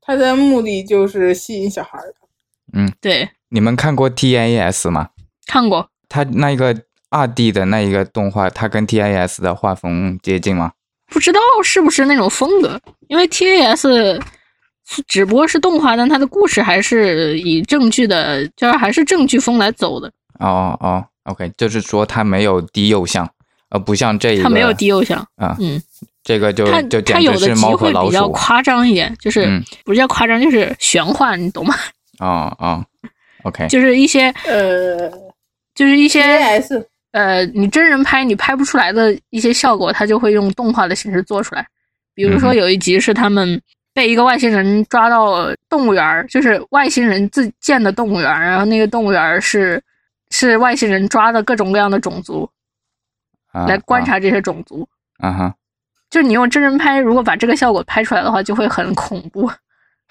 Speaker 3: 他的目的就是吸引小孩儿的。
Speaker 2: 对，
Speaker 1: 你们看过 TAS 吗？
Speaker 2: 看过，
Speaker 1: 它那个二 D 的那一个动画，它跟 TAS 的画风接近吗？
Speaker 2: 不知道是不是那种风格，因为 TAS 是只不过是动画，但它的故事还是以正剧的，就是还是正剧风来走的，
Speaker 1: 哦哦，OK，就是说它没有低幼向，呃，不像这一个
Speaker 2: 它没有低幼向。
Speaker 1: 啊，
Speaker 2: 嗯，
Speaker 1: 这个就
Speaker 2: 它
Speaker 1: 就
Speaker 2: 它
Speaker 1: 简
Speaker 2: 有
Speaker 1: 直
Speaker 2: 的
Speaker 1: 是
Speaker 2: 集
Speaker 1: 猫和
Speaker 2: 会
Speaker 1: 老
Speaker 2: 比较
Speaker 1: 鼠
Speaker 2: 夸张一点，就是、
Speaker 1: 嗯
Speaker 2: 不叫夸张，就是玄幻，你懂吗？
Speaker 1: 哦哦，OK，
Speaker 2: 就是一些
Speaker 3: 呃
Speaker 2: 就是一些
Speaker 3: ，AS
Speaker 2: 呃，你真人拍你拍不出来的一些效果，它就会用动画的形式做出来。比如
Speaker 1: 嗯
Speaker 2: 说
Speaker 1: 哼
Speaker 2: 有一集是他们被一个外星人抓到动物园儿，就是外星人自己建的动物园儿，然后那个动物园儿是是外星人抓的各种各样的种族
Speaker 1: 啊
Speaker 2: 来观
Speaker 1: 啊
Speaker 2: 察这些种族。
Speaker 1: 啊哈，
Speaker 2: 就是你用真人拍，如果把这个效果拍出来的话，就会很恐怖，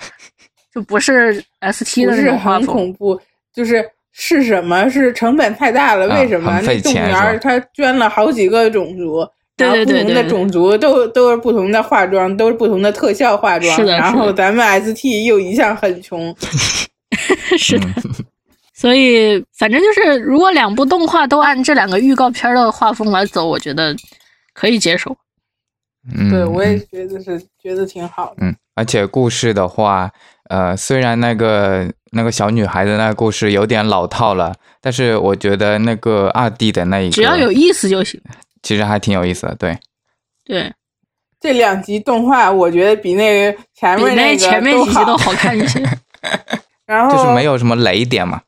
Speaker 2: 就不是 ST
Speaker 3: 不
Speaker 2: 的那
Speaker 3: 是
Speaker 2: 种画
Speaker 3: 很
Speaker 2: 风。
Speaker 3: 恐怖，就是是什么？是成本太大了？
Speaker 1: 啊
Speaker 3: 为什么
Speaker 1: 很
Speaker 3: 那
Speaker 1: 费
Speaker 3: 动物
Speaker 1: 钱
Speaker 3: 园
Speaker 1: 是吧
Speaker 3: 儿他捐了好几个种族？
Speaker 2: 对
Speaker 3: 然
Speaker 2: 对对
Speaker 3: 后不同
Speaker 2: 对
Speaker 3: 的
Speaker 2: 对
Speaker 3: 种族都都是不同的化妆，都是不同的特效化妆。
Speaker 2: 是的
Speaker 3: 然
Speaker 2: 是的
Speaker 3: 后咱们 ST 又一向很穷，
Speaker 2: 是的，
Speaker 1: 嗯
Speaker 2: 所以反正就是，如果两部动画都按这两个预告片的画风来走，我觉得可以接受。
Speaker 1: 嗯，
Speaker 3: 对我也
Speaker 1: 嗯
Speaker 3: 觉得是觉得挺好的。
Speaker 1: 嗯，而且故事的话，呃，虽然那个那个小女孩的那个故事有点老套了，但是我觉得那个二弟的那一个，
Speaker 2: 只要有意思就行。
Speaker 1: 其实还挺有意思的，对，
Speaker 2: 对，
Speaker 3: 这两集动画，我觉得比那个前
Speaker 2: 比
Speaker 3: 面
Speaker 2: 那
Speaker 3: 那个
Speaker 2: 前面几集
Speaker 3: 好
Speaker 2: 都好看 一些。
Speaker 3: 然后
Speaker 1: 就是没有什么雷点嘛，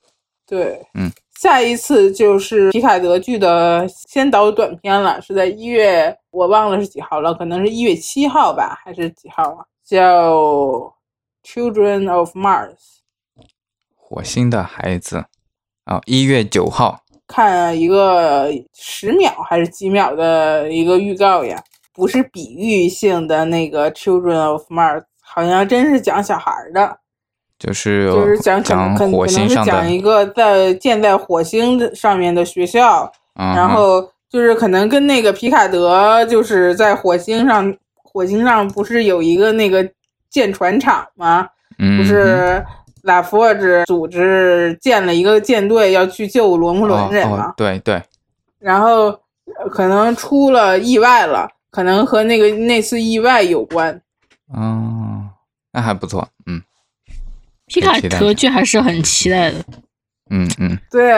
Speaker 3: 对，
Speaker 1: 嗯，
Speaker 3: 下一次就是皮卡德剧的先导短片了，是在一月，我忘了是几号了，可能是一月七号吧，还是几号啊？叫《Children of Mars》，
Speaker 1: 火星的孩子，哦，一月九号，
Speaker 3: 看一个十秒还是几秒的一个预告呀，不是比喻性的那个《Children of Mars》，好像真是讲小孩儿的。
Speaker 1: 就是
Speaker 3: 就是讲可能可
Speaker 1: 火
Speaker 3: 能
Speaker 1: 星
Speaker 3: 是
Speaker 1: 上的
Speaker 3: 讲，一个在建在火星的上面的学校，
Speaker 1: 嗯
Speaker 3: 然
Speaker 1: 哼
Speaker 3: 后就是可能跟那个皮卡德就是在火星上，火星上不是有一个那个建船厂吗？不
Speaker 1: 嗯哼
Speaker 3: 是拉弗尔兹组织建了一个舰队要去救罗姆
Speaker 1: 哦
Speaker 3: 伦人
Speaker 1: 哦
Speaker 3: 吗？
Speaker 1: 对对，
Speaker 3: 然后呃可能出了意外了，可能和那个那次意外有关。
Speaker 1: 哦，那还不错，嗯
Speaker 2: 皮卡
Speaker 1: 期待
Speaker 2: 德剧还是很期待的，
Speaker 1: 嗯嗯
Speaker 3: 对，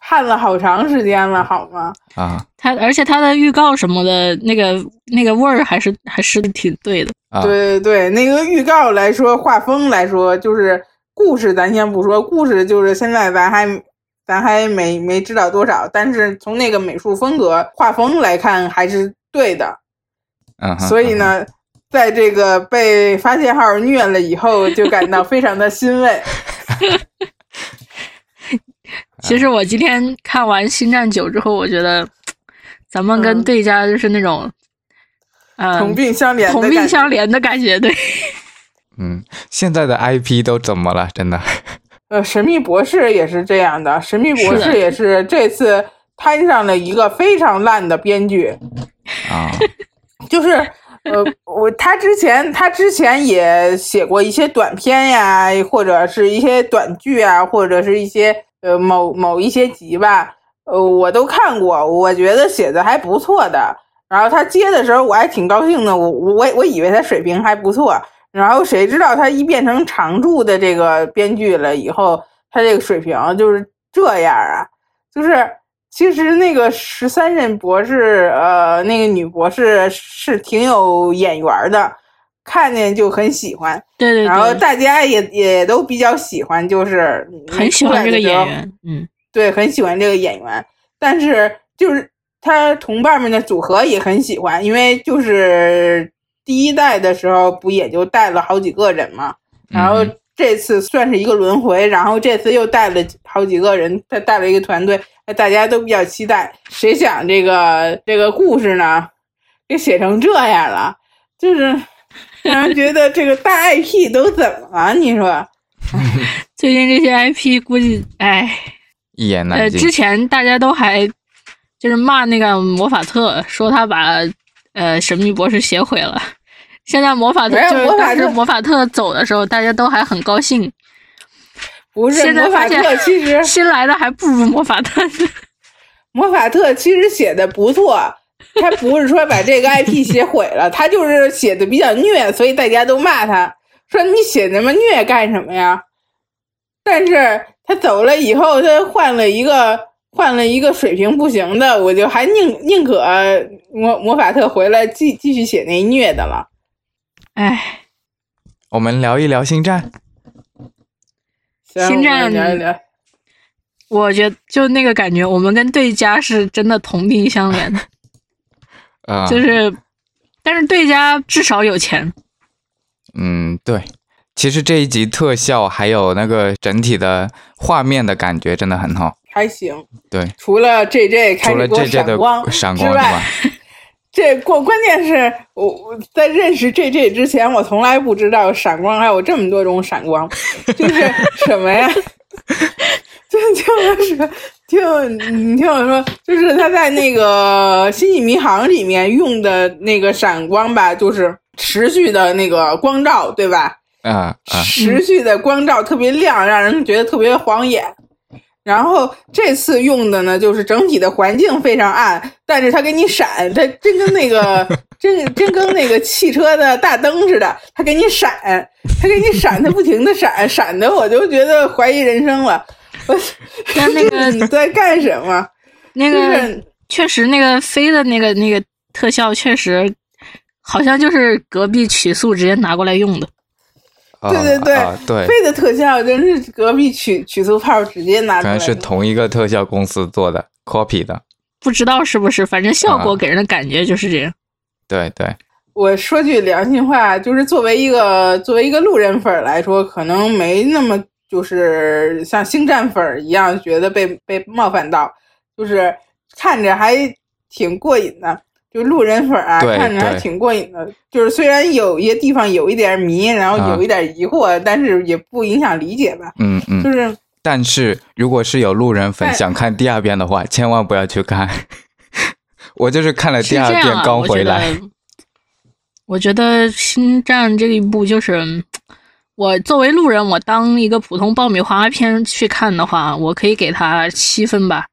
Speaker 3: 盼了好长时间了，好吗？
Speaker 1: 啊
Speaker 2: 它而且它的预告什么的，那个那个味儿还是还是挺对的。
Speaker 1: 啊，
Speaker 3: 对对，那个预告来说，画风来说，就是故事，咱先不说故事，就是现在咱还咱还没没知道多少，但是从那个美术风格、画风来看，还是对的。
Speaker 1: 嗯哼，
Speaker 3: 所以
Speaker 1: 嗯哼，
Speaker 3: 呢，在这个被发现号虐了以后，就感到非常的欣慰。
Speaker 1: 哎
Speaker 2: 其实我今天看完《星战九》之后，我觉得咱们跟
Speaker 3: 嗯
Speaker 2: 对家就是那种，呃，
Speaker 3: 同病相怜的
Speaker 2: 同
Speaker 3: 感觉
Speaker 2: 病相怜的感觉，对，
Speaker 1: 嗯，现在的 IP 都怎么了？真 的，
Speaker 3: 呃，神秘博士也是这样的，神秘博
Speaker 2: 是的
Speaker 3: 士也是这次摊上了一个非常烂的编剧。
Speaker 1: 啊，
Speaker 3: 就是呃，我他之前他之前也写过一些短片呀，或者是一些短剧啊，或者是一些呃某某一些集吧，呃，我都看过，我觉得写的还不错的。然后他接的时候我还挺高兴的，我我我以为他水平还不错，然后谁知道他一变成常驻的这个编剧了以后，他这个水平就是这样啊，就是其实那个十三任博士，呃，那个女博士是挺有眼缘儿的，看见就很喜欢，
Speaker 2: 对对
Speaker 3: 然后
Speaker 2: 对，
Speaker 3: 大家也也都比较喜欢，就是
Speaker 2: 很喜欢这个
Speaker 3: 出来的时候
Speaker 2: 演员，嗯，
Speaker 3: 对，很喜欢这个演员，但是就是他同伴们的组合也很喜欢，因为就是第一代的时候不也就带了好几个人嘛，然后
Speaker 1: 嗯
Speaker 3: 这次算是一个轮回，然后这次又带了好几个人，他带了一个团队，那大家都比较期待。谁想这个这个故事呢，给写成这样了，就是让人觉得这个大 IP 都怎么了？你说？
Speaker 2: 最近这些 IP 估计，哎，
Speaker 1: 一言
Speaker 2: 呃，
Speaker 1: 难尽
Speaker 2: 之，前大家都还就是骂那个魔法特，说他把呃神秘博士写毁了。现在魔法特
Speaker 3: 没有
Speaker 2: 就是
Speaker 3: 魔法
Speaker 2: 当时
Speaker 3: 特
Speaker 2: 魔法特走的时候，大家都还很高兴，
Speaker 3: 不是
Speaker 2: 现在
Speaker 3: 魔法
Speaker 2: 发现
Speaker 3: 特，其实
Speaker 2: 新来的还不如魔法特。
Speaker 3: 魔法特其实写的不错，他不是说把这个 IP 写毁了，他就是写的比较虐，所以大家都骂他，说你写那么虐干什么呀？但是他走了以后，他换了一个换了一个水平不行的，我就还宁宁可魔魔法特回来继继续写那虐的了。
Speaker 2: 哎，
Speaker 1: 我们聊一聊星战，
Speaker 3: 行
Speaker 2: 星战嗯
Speaker 3: 我们聊一聊，
Speaker 2: 我觉得就那个感觉，我们跟对家是真的同病相怜的，
Speaker 1: 啊，
Speaker 2: 就是，但是对家至少有 钱，
Speaker 1: 嗯，对，其实这一集特效还有那个整体的画面的感觉真的很好，
Speaker 3: 还行，
Speaker 1: 对，
Speaker 3: 除了 J J 开
Speaker 1: 除
Speaker 3: 始
Speaker 1: 了
Speaker 3: 给我
Speaker 1: J J 的
Speaker 3: 闪光
Speaker 1: 闪
Speaker 3: 之
Speaker 1: 光是
Speaker 3: 外
Speaker 1: 吧，？
Speaker 3: 这关关键是我我在认识 J J 之前，我从来不知道闪光还有这么多种闪光，就是什么呀？ 就就是就你听我说，就是他在那个《星际迷航》里面用的那个闪光吧，就是持续的那个光照，对吧？
Speaker 1: 啊啊，嗯
Speaker 3: 持续的光照特别亮，让人觉得特别晃眼。然后这次用的呢，就是整体的环境非常暗，但是它给你闪，它真跟那 个真真跟那个汽车的大灯似的，它给你闪，它给你闪，它不停 的闪，闪的我就觉得怀疑人生了。我
Speaker 2: 但那个
Speaker 1: 嗯
Speaker 3: 你在干什么？
Speaker 2: 那
Speaker 3: 就
Speaker 2: 个
Speaker 3: 是
Speaker 2: 确实，那个飞的那个那个特效确实，好像就是隔壁曲速直接拿过来用的。
Speaker 1: 啊
Speaker 3: 对对对
Speaker 1: 啊对，
Speaker 3: 飞的特效真是隔壁曲曲速炮直接拿
Speaker 1: 可
Speaker 3: 出来
Speaker 1: 能
Speaker 3: 的，
Speaker 1: 是同一个特效公司做的 copy 的，
Speaker 2: 不知道是不是，反正效果
Speaker 1: 啊
Speaker 2: 给人的感觉就是这样。
Speaker 1: 对对，
Speaker 3: 我说句良心话，就是作为一个作为一个路人粉儿来说，可能没那么就是像星战粉儿一样觉得被被冒犯到，就是看着还挺过瘾的。就路人粉儿啊，
Speaker 1: 对
Speaker 3: 看着还
Speaker 1: 对
Speaker 3: 挺过瘾的。就是虽然有一些地方有一点迷，然后
Speaker 1: 啊
Speaker 3: 有一点疑惑，但是也不影响理解吧。
Speaker 1: 嗯嗯。
Speaker 3: 就是
Speaker 1: 但是如果是有路人粉
Speaker 3: 但
Speaker 1: 想看第二遍的话，千万不要去看。 我就是看了
Speaker 2: 是
Speaker 1: 第
Speaker 2: 这
Speaker 1: 二遍
Speaker 2: 样啊，
Speaker 1: 刚
Speaker 2: 我觉
Speaker 1: 回来，
Speaker 2: 得，我觉得《星战》这一部就是，我作为路人，我当一个普通爆米花片去看的话，我可以给它七分吧。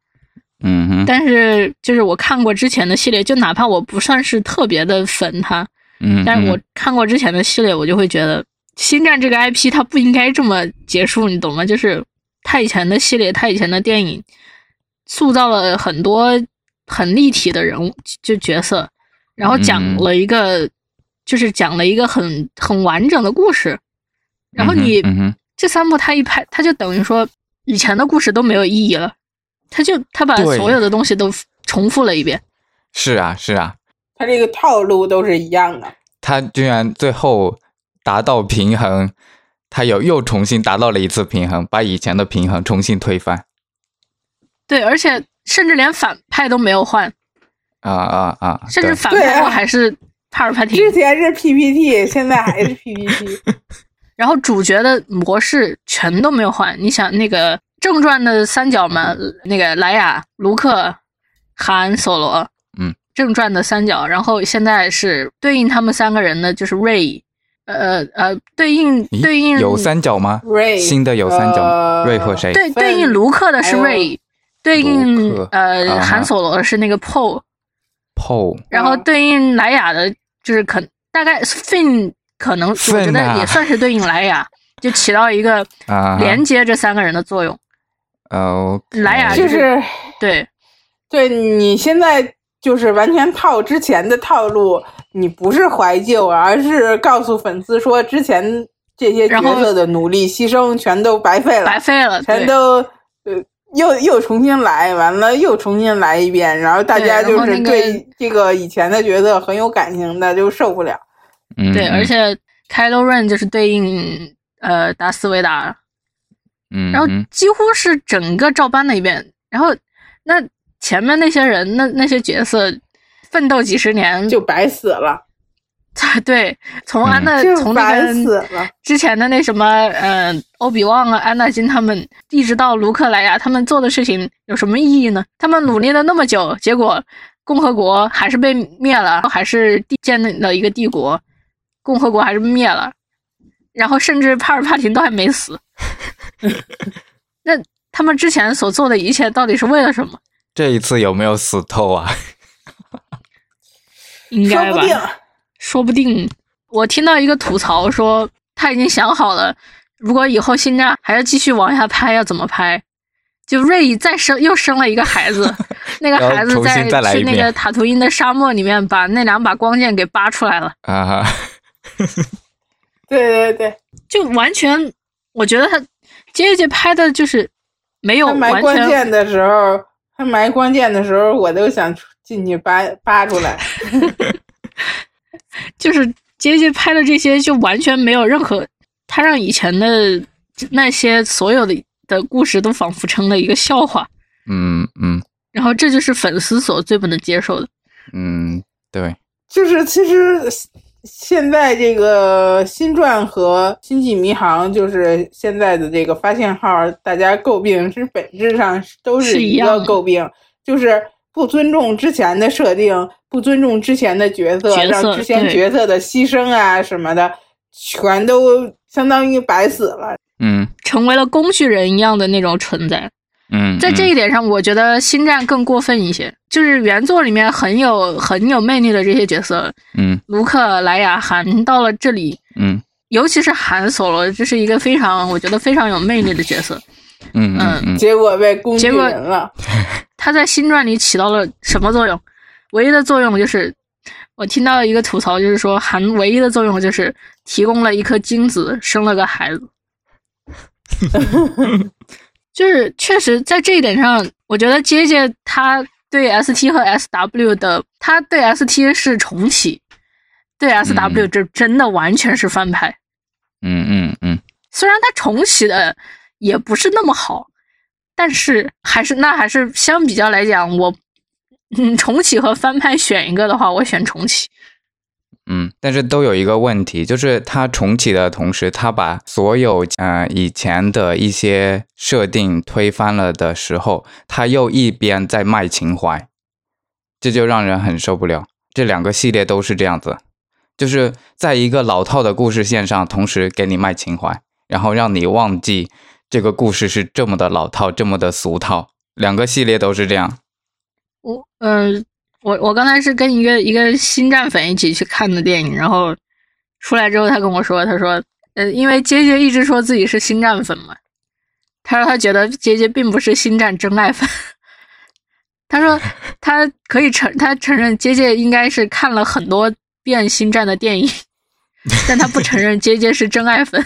Speaker 1: 嗯哼，
Speaker 2: 但是就是我看过之前的系列，就哪怕我不算是特别的粉它，
Speaker 1: 嗯，
Speaker 2: 但是我
Speaker 1: 嗯
Speaker 2: 看过之前的系列，我就会觉得《星战》这个 IP 它不应该这么结束，你懂吗？就是它以前的系列，它以前的电影塑造了很多很立体的人物就角色，然后讲
Speaker 1: 嗯
Speaker 2: 了一个、就是讲了一个很很完整的故事，然后你、
Speaker 1: 嗯哼嗯哼
Speaker 2: 这三部它一拍，它就等于说以前的故事都没有意义了，它就它把
Speaker 1: 对
Speaker 2: 所有的东西都重复了一遍。
Speaker 1: 是啊是啊，
Speaker 3: 它这个套路都是一样的。
Speaker 1: 他居然最后达到平衡，他有又重新达到了一次平衡，把以前的平衡重新推翻
Speaker 2: 对，而且甚至连反派都没有换，
Speaker 1: 啊啊啊！
Speaker 2: 甚至
Speaker 1: 对
Speaker 2: 反
Speaker 3: 对
Speaker 2: 派
Speaker 3: 啊
Speaker 2: 我还是帕尔帕廷
Speaker 3: 之，前是 PPT，现在还是 PPT。
Speaker 2: 然后主角的模式全都没有换。你想那个正传的三角嘛，那个莱雅、卢克、韩、索罗，
Speaker 1: 嗯，
Speaker 2: 正传的三角，然后现在是对应他们三个人的就是瑞，呃呃，对应
Speaker 1: 咦
Speaker 2: 对应
Speaker 1: 有三角吗？
Speaker 3: 瑞
Speaker 1: 新的有三角吗，
Speaker 3: 呃
Speaker 1: 瑞和谁？
Speaker 2: 对
Speaker 3: 分哎
Speaker 2: 对应卢克的是
Speaker 3: 还有
Speaker 2: 瑞，对
Speaker 1: 卢
Speaker 2: 应
Speaker 1: 克
Speaker 2: 呃
Speaker 1: 啊哈
Speaker 2: 韩索罗是那个 PO，
Speaker 1: PO
Speaker 2: 然后
Speaker 3: 嗯
Speaker 2: 对应莱雅的，就是可大概 Fin 可能我觉
Speaker 1: Finn 啊
Speaker 2: 得也算是对应莱雅，就起到一个
Speaker 1: 啊，
Speaker 2: 连接这三个人的作用。
Speaker 1: 哦，
Speaker 2: 莱雅
Speaker 3: 就
Speaker 2: 就是对
Speaker 3: 对你现在就是完全套之前的套路，你不是怀旧，而是告诉粉丝说之前这些角
Speaker 2: 然后
Speaker 3: 色的努力牺牲全都白费了，
Speaker 2: 白费了，
Speaker 3: 全
Speaker 2: 对
Speaker 3: 都呃又又重新来，完了又重新来一遍，然后大
Speaker 2: 对
Speaker 3: 家
Speaker 2: 然后
Speaker 3: 就
Speaker 2: 那
Speaker 3: 是
Speaker 2: 个
Speaker 3: 对这个以前的角色很有感情的就受不了。
Speaker 1: 嗯
Speaker 2: 对，
Speaker 1: 嗯
Speaker 2: 而且 Kylo Ren 就是对应呃达斯维达，
Speaker 1: 嗯，
Speaker 2: 然后
Speaker 1: 嗯
Speaker 2: 几乎是整个照搬了一遍。然后那前面那些人，那那些角色奋斗几十年，
Speaker 3: 就白死了，
Speaker 2: 对，从
Speaker 1: 嗯
Speaker 2: 安娜、
Speaker 3: 就
Speaker 2: 呃从那
Speaker 3: 白
Speaker 2: 个
Speaker 3: 死了。
Speaker 2: 之前的那什么，呃，欧比旺啊、安纳金他们，一直到卢克莱啊雅他们做的事情有什么意义呢？他们努力了那么久，结果共和国还是被灭了，还是地建立了一个帝国，共和国还是灭了，然后甚至帕尔帕廷都还没 死。那他们之前所做的一切到底是为了什么？
Speaker 1: 这一次有没有死透啊？
Speaker 2: 应
Speaker 3: 说
Speaker 2: 该
Speaker 3: 不
Speaker 2: 吧，
Speaker 3: 定
Speaker 2: 说不定我听到一个吐槽说，他已经想好了，如果以后星战还要继续往下拍，要怎么拍？就瑞宇再生又生了一个孩 子，那个孩
Speaker 1: 然
Speaker 2: 子
Speaker 1: 后重
Speaker 2: 在
Speaker 1: 新再来一
Speaker 2: 去那
Speaker 1: 遍
Speaker 2: 个塔图因的沙漠里面把那两把光剑给拔出来了，
Speaker 1: 啊，
Speaker 3: 对对对，
Speaker 2: 就完全，我觉得他接着拍的就是没有
Speaker 3: 他埋
Speaker 2: 完
Speaker 3: 关
Speaker 2: 全
Speaker 3: 键的时候，他埋关键的时候，我都想出进去扒扒出来。
Speaker 2: 就是杰杰拍的这些就完全没有任何，他让以前的那些所有的的故事都仿佛成了一个笑话。
Speaker 1: 嗯嗯
Speaker 2: 然后这就是粉丝所最不能接受的。
Speaker 1: 嗯，对，
Speaker 3: 就是其实现在这个新传和星际迷航，就是现在的这个发现号，大家诟病是本质上是都
Speaker 2: 是一
Speaker 3: 一
Speaker 2: 样
Speaker 3: 个
Speaker 2: 的
Speaker 3: 诟病，就是不尊重之前的设定，不尊重之前的角色，
Speaker 2: 角色
Speaker 3: 让之前
Speaker 2: 对
Speaker 3: 角色的牺牲啊什么的，全都相当于白死了。
Speaker 1: 嗯
Speaker 2: 成为了工具人一样的那种存在。
Speaker 1: 嗯，
Speaker 2: 在这
Speaker 1: 嗯
Speaker 2: 一点上，我觉得《星战》更过分一些，就是原作里面很有很有魅力的这些角色，
Speaker 1: 嗯
Speaker 2: 卢克、莱雅、韩，到了这里，
Speaker 1: 嗯
Speaker 2: 尤其是韩索罗，这是一个非常我觉得非常有魅力的角色，
Speaker 1: 嗯嗯
Speaker 2: 嗯
Speaker 1: 嗯，
Speaker 3: 结果被工具
Speaker 2: 结果
Speaker 3: 人了。
Speaker 2: 他在《星传》里起到了什么作用？唯一的作用就是，我听到一个吐槽，就是说韩唯一的作用就是提供了一颗精子，生了个孩子。 就是确实在这一点上，我觉得杰杰他对 ST 和 SW 的，他对 ST 是重启，对 SW 这真的完全是翻拍。
Speaker 1: 嗯嗯嗯，
Speaker 2: 虽然它重启的也不是那么好，但是还是那还是相比较来讲，我嗯重启和翻拍选一个的话，我选重启。
Speaker 1: 嗯，但是都有一个问题，就是它重启的同时，它把所有呃以前的一些设定推翻了的时候，它又一边在卖情怀，这就让人很受不了。这两个系列都是这样子，就是在一个老套的故事线上，同时给你卖情怀，然后让你忘记这个故事是这么的老套，这么的俗套。两个系列都是这样，
Speaker 2: 我嗯、我我刚才是跟一个一个星战粉一起去看的电影，然后出来之后，他跟我说，他说，呃，因为杰杰一直说自己是星战粉嘛，他说他觉得杰杰并不是星战真爱粉。 他说他可以承，他承认杰杰应该是看了很多遍星战的电影， 但他不承认杰杰是真爱粉。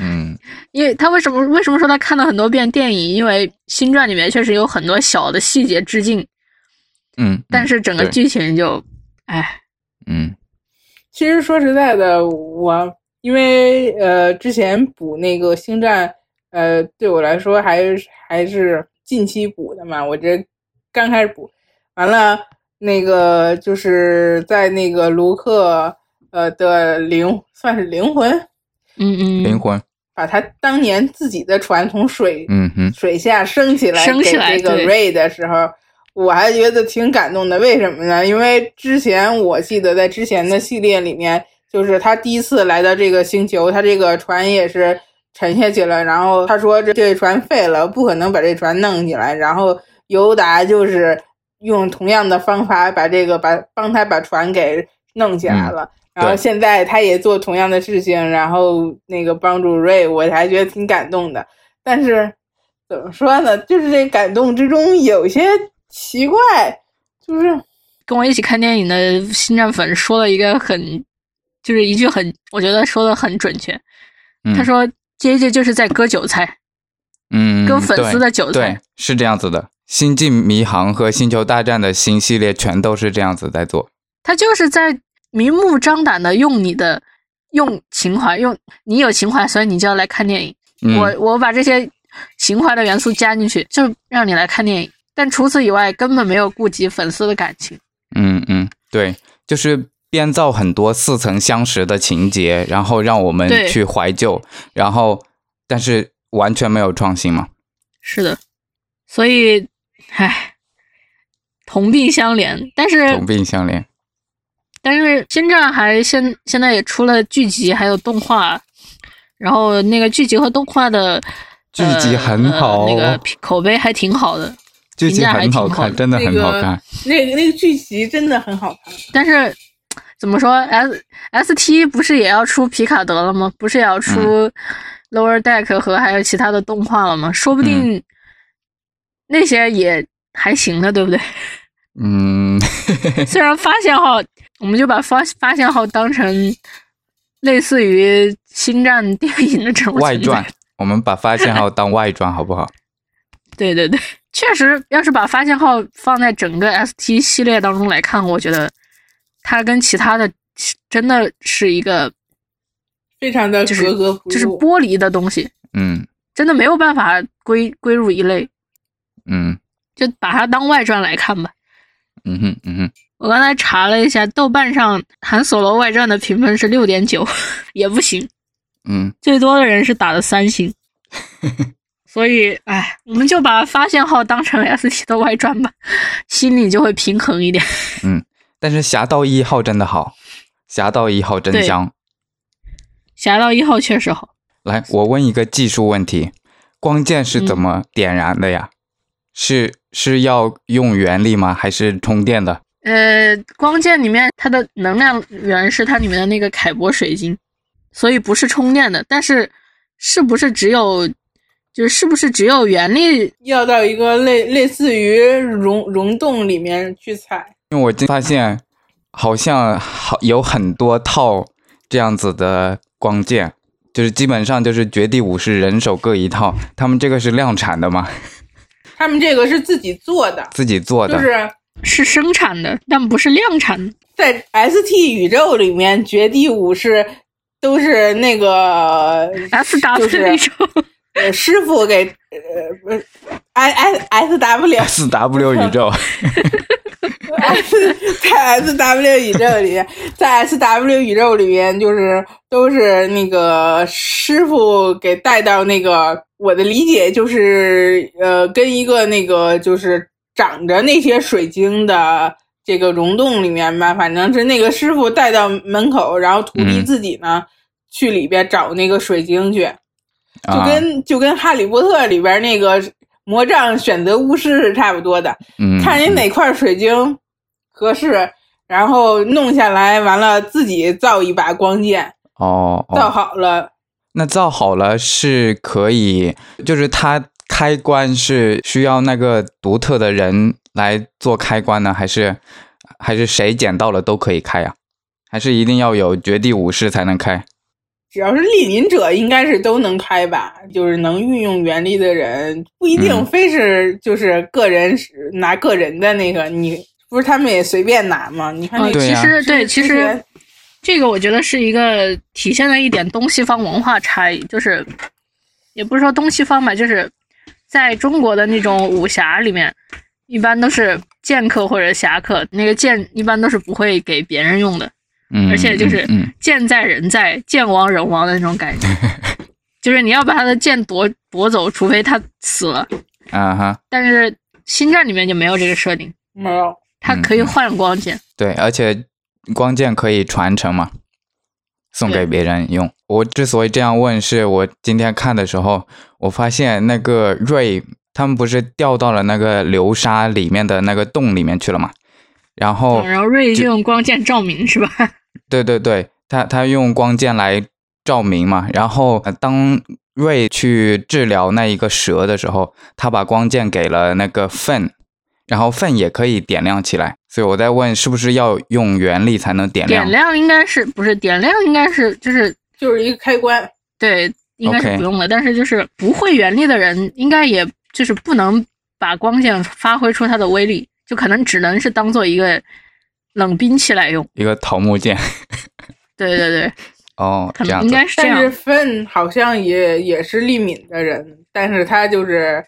Speaker 1: 嗯
Speaker 2: 因为他为什么为什么说他看了很多遍电影？因为《星战》里面确实有很多小的细节致敬，
Speaker 1: 嗯，
Speaker 2: 但是整个
Speaker 1: 对
Speaker 2: 剧情就，哎，
Speaker 1: 嗯
Speaker 3: 其实说实在的，我因为呃之前补那个星战，呃对我来说还是还是近期补的嘛，我这刚开始补，完了那个就是在那个卢克呃的灵算是灵魂，
Speaker 2: 嗯嗯，
Speaker 1: 灵魂，
Speaker 3: 把他当年自己的船从水
Speaker 1: 嗯哼，
Speaker 3: 水下升起来
Speaker 2: 升起来
Speaker 3: 给这个
Speaker 2: 对
Speaker 3: Ray 的时候，我还觉得挺感动的。为什么呢？因为之前我记得在之前的系列里面，就是他第一次来到这个星球，他这个船也是沉下去了，然后他说这这船废了，不可能把这船弄起来。然后尤达就是用同样的方法把这个把帮他把船给弄起来了。然后
Speaker 1: 对
Speaker 3: 现在他也做同样的事情，然后那个帮助 Ray，我还觉得挺感动的。但是怎么说呢，就是这感动之中有些奇怪，就是
Speaker 2: 跟我一起看电影的星战粉说了一个很，就是一句很，我觉得说的很准确。
Speaker 1: 嗯
Speaker 2: 他说：“J J 就是在割韭菜，
Speaker 1: 嗯，
Speaker 2: 割粉丝的韭
Speaker 1: 对对
Speaker 2: 菜。，
Speaker 1: 是这样子的。《星际迷航》和《星球大战》的新系列全都是这样子在做。
Speaker 2: 他就是在明目张胆的用你的，用情怀，用你有情怀，所以你就要来看电影。
Speaker 1: 嗯、
Speaker 2: 我我把这些情怀的元素加进去，就让你来看电影。但除此以外，根本没有顾及粉丝的感情。
Speaker 1: 嗯嗯，对，就是编造很多似曾相识的情节，然后让我们
Speaker 2: 对
Speaker 1: 去怀旧，然后但是完全没有创新嘛。
Speaker 2: 是的，所以，唉，同病相怜。但是，
Speaker 1: 同病相怜。
Speaker 2: 但是《星战》还现现在也出了剧集，还有动画，然后那个剧集和动画的
Speaker 1: 剧集很好哦
Speaker 2: 呃呃那个评口碑还挺好的。
Speaker 1: 剧
Speaker 2: 评
Speaker 1: 集
Speaker 2: 价还
Speaker 1: 很
Speaker 2: 挺
Speaker 1: 好
Speaker 2: 好
Speaker 1: 看，
Speaker 2: 的
Speaker 1: 真的
Speaker 3: 那
Speaker 1: 很好
Speaker 3: 个
Speaker 1: 看。
Speaker 3: 那个那个剧集真的很好看。
Speaker 2: 但是怎么说，S S T 不是也要出皮卡德了吗？不是也要
Speaker 1: 嗯
Speaker 2: 出 Lower Deck 和还有其他的动画了吗？说
Speaker 1: 嗯
Speaker 2: 不定那些也还行的，对不对？
Speaker 1: 嗯，
Speaker 2: 虽然发现号，我们就把发发现号当成类似于星战电影的这种
Speaker 1: 外
Speaker 2: 存在
Speaker 1: 传，我们把发现 号当外传好不好？
Speaker 2: 对对对，确实，要是把发现号放在整个 ST 系列当中来看，我觉得它跟其他的真的是一个
Speaker 3: 非常的
Speaker 2: 就是
Speaker 3: 格格不入，
Speaker 2: 就是剥离的东西，
Speaker 1: 嗯
Speaker 2: 真的没有办法归归入一类，
Speaker 1: 嗯
Speaker 2: 就把它当外传来看吧。
Speaker 1: 嗯哼嗯哼，
Speaker 2: 我刚才查了一下，豆瓣上《韩索罗外传》的评分是六点九，也不行，
Speaker 1: 嗯
Speaker 2: 最多的人是打的三 星。所以，哎，我们就把发现号当成 ST 的外传吧，心里就会平衡一点。
Speaker 1: 但是《侠盗一号》真的好，《侠盗一号》真
Speaker 2: 对
Speaker 1: 香。
Speaker 2: 《侠盗一号》确实好。
Speaker 1: 来，我问一个技术问题：光剑是怎
Speaker 3: 嗯
Speaker 1: 么点燃的呀？是是要用原力吗？还是充电的？
Speaker 2: 呃，光剑里面它的能量源是它里面的那个凯博水晶，所以不是充电的。但是是不是只有，就是是不是只有原力？
Speaker 3: 要到一个类类似于溶溶洞里面去采。
Speaker 1: 因为我今发现好像好有很多套这样子的光剑，就是基本上就是绝地武士人手各一套。他们这个是量产的吗？
Speaker 3: 他们这个是自己做的，
Speaker 1: 自己做
Speaker 3: 就
Speaker 1: 的？
Speaker 3: 是
Speaker 2: 是生产的，但不是量产的。
Speaker 3: 在 ST 宇宙里面，绝地武士都是那个
Speaker 2: S W
Speaker 3: 就是
Speaker 2: 那种，
Speaker 3: 呃师傅给呃呃 I S S W
Speaker 1: S W 宇宙
Speaker 3: 在 S W 宇宙里面，在 S W 宇宙里面，就是都是那个师傅给带到那个，我的理解就是，呃，跟一个那个就是长着那些水晶的这个溶洞里面吧，反正是那个师傅带到门口，然后徒弟
Speaker 1: 嗯
Speaker 3: 自己呢、去里边找那个水晶去，就
Speaker 1: 啊，
Speaker 3: 跟、就跟《哈利波特》里边那个魔杖选择巫师是差不多的。
Speaker 1: 嗯，
Speaker 3: 看你哪块水晶合适，然后弄下来，完了自己造一把光剑，
Speaker 1: 哦哦，
Speaker 3: 造好了。
Speaker 1: 那造好了是可以，就是它开关是需要那个独特的人来做开关呢，还是还是谁捡到了都可以开呀、还是一定要有绝地武士才能开？
Speaker 3: 只要是莅临者，应该是都能开吧？就是能运用原力的人，不一定
Speaker 1: 嗯
Speaker 3: 非是就是个人是拿个人的那个，你不是他们也随便拿吗？你看那
Speaker 1: 啊
Speaker 2: 嗯，
Speaker 3: 个
Speaker 1: 对
Speaker 2: 其
Speaker 1: 呀
Speaker 2: 实对，
Speaker 3: 之
Speaker 2: 其
Speaker 3: 之
Speaker 2: 实
Speaker 3: 前
Speaker 2: 这个我觉得是一个体现了一点东西方文化差异，就是也不是说东西方吧，就是在中国的那种武侠里面，一般都是剑客或者侠客，那个剑一般都是不会给别人用的，
Speaker 1: 嗯，
Speaker 2: 而且就是
Speaker 1: 嗯，嗯
Speaker 2: 剑在人在，剑亡人亡的那 种感觉，就是你要把他的剑夺夺走，除非他死了。
Speaker 1: 嗯啊哈，
Speaker 2: 但是星战里面就没有这个设定，
Speaker 3: 没有，
Speaker 2: 它可以
Speaker 1: 嗯嗯
Speaker 2: 换光剑。
Speaker 1: 对，而且光剑可以传承嘛，送给
Speaker 2: 对
Speaker 1: 别人用。我之所以这样问，是我今天看的时候，我发现那个瑞他们不是掉到了那个流沙里面的那个洞里面去了嘛？然后，
Speaker 2: 然后瑞就用光剑照明是吧？
Speaker 1: 对对对，他他用光剑来照明嘛。然后呃当瑞去治疗那一个蛇的时候，他把光剑给了那个粪，然后粪也可以点亮起来。所以我在问，是不是要用原力才能点亮？
Speaker 2: 点亮应该是不是点亮应该是就是
Speaker 3: 就是一个开关。
Speaker 2: 对，应该
Speaker 1: OK
Speaker 2: 是不用的。但是就是不会原力的人，应该也就是不能把光剑发挥出它的威力，就可能只能是当做一个冷兵器来用。
Speaker 1: 一个桃木剑。
Speaker 2: 对对对，
Speaker 1: 哦，
Speaker 2: 可
Speaker 1: 这
Speaker 2: 能
Speaker 1: 样
Speaker 2: 应
Speaker 1: 子。
Speaker 2: 该是这
Speaker 3: 但是
Speaker 2: 样。
Speaker 3: 芬好像也也是利敏的人，但是他就是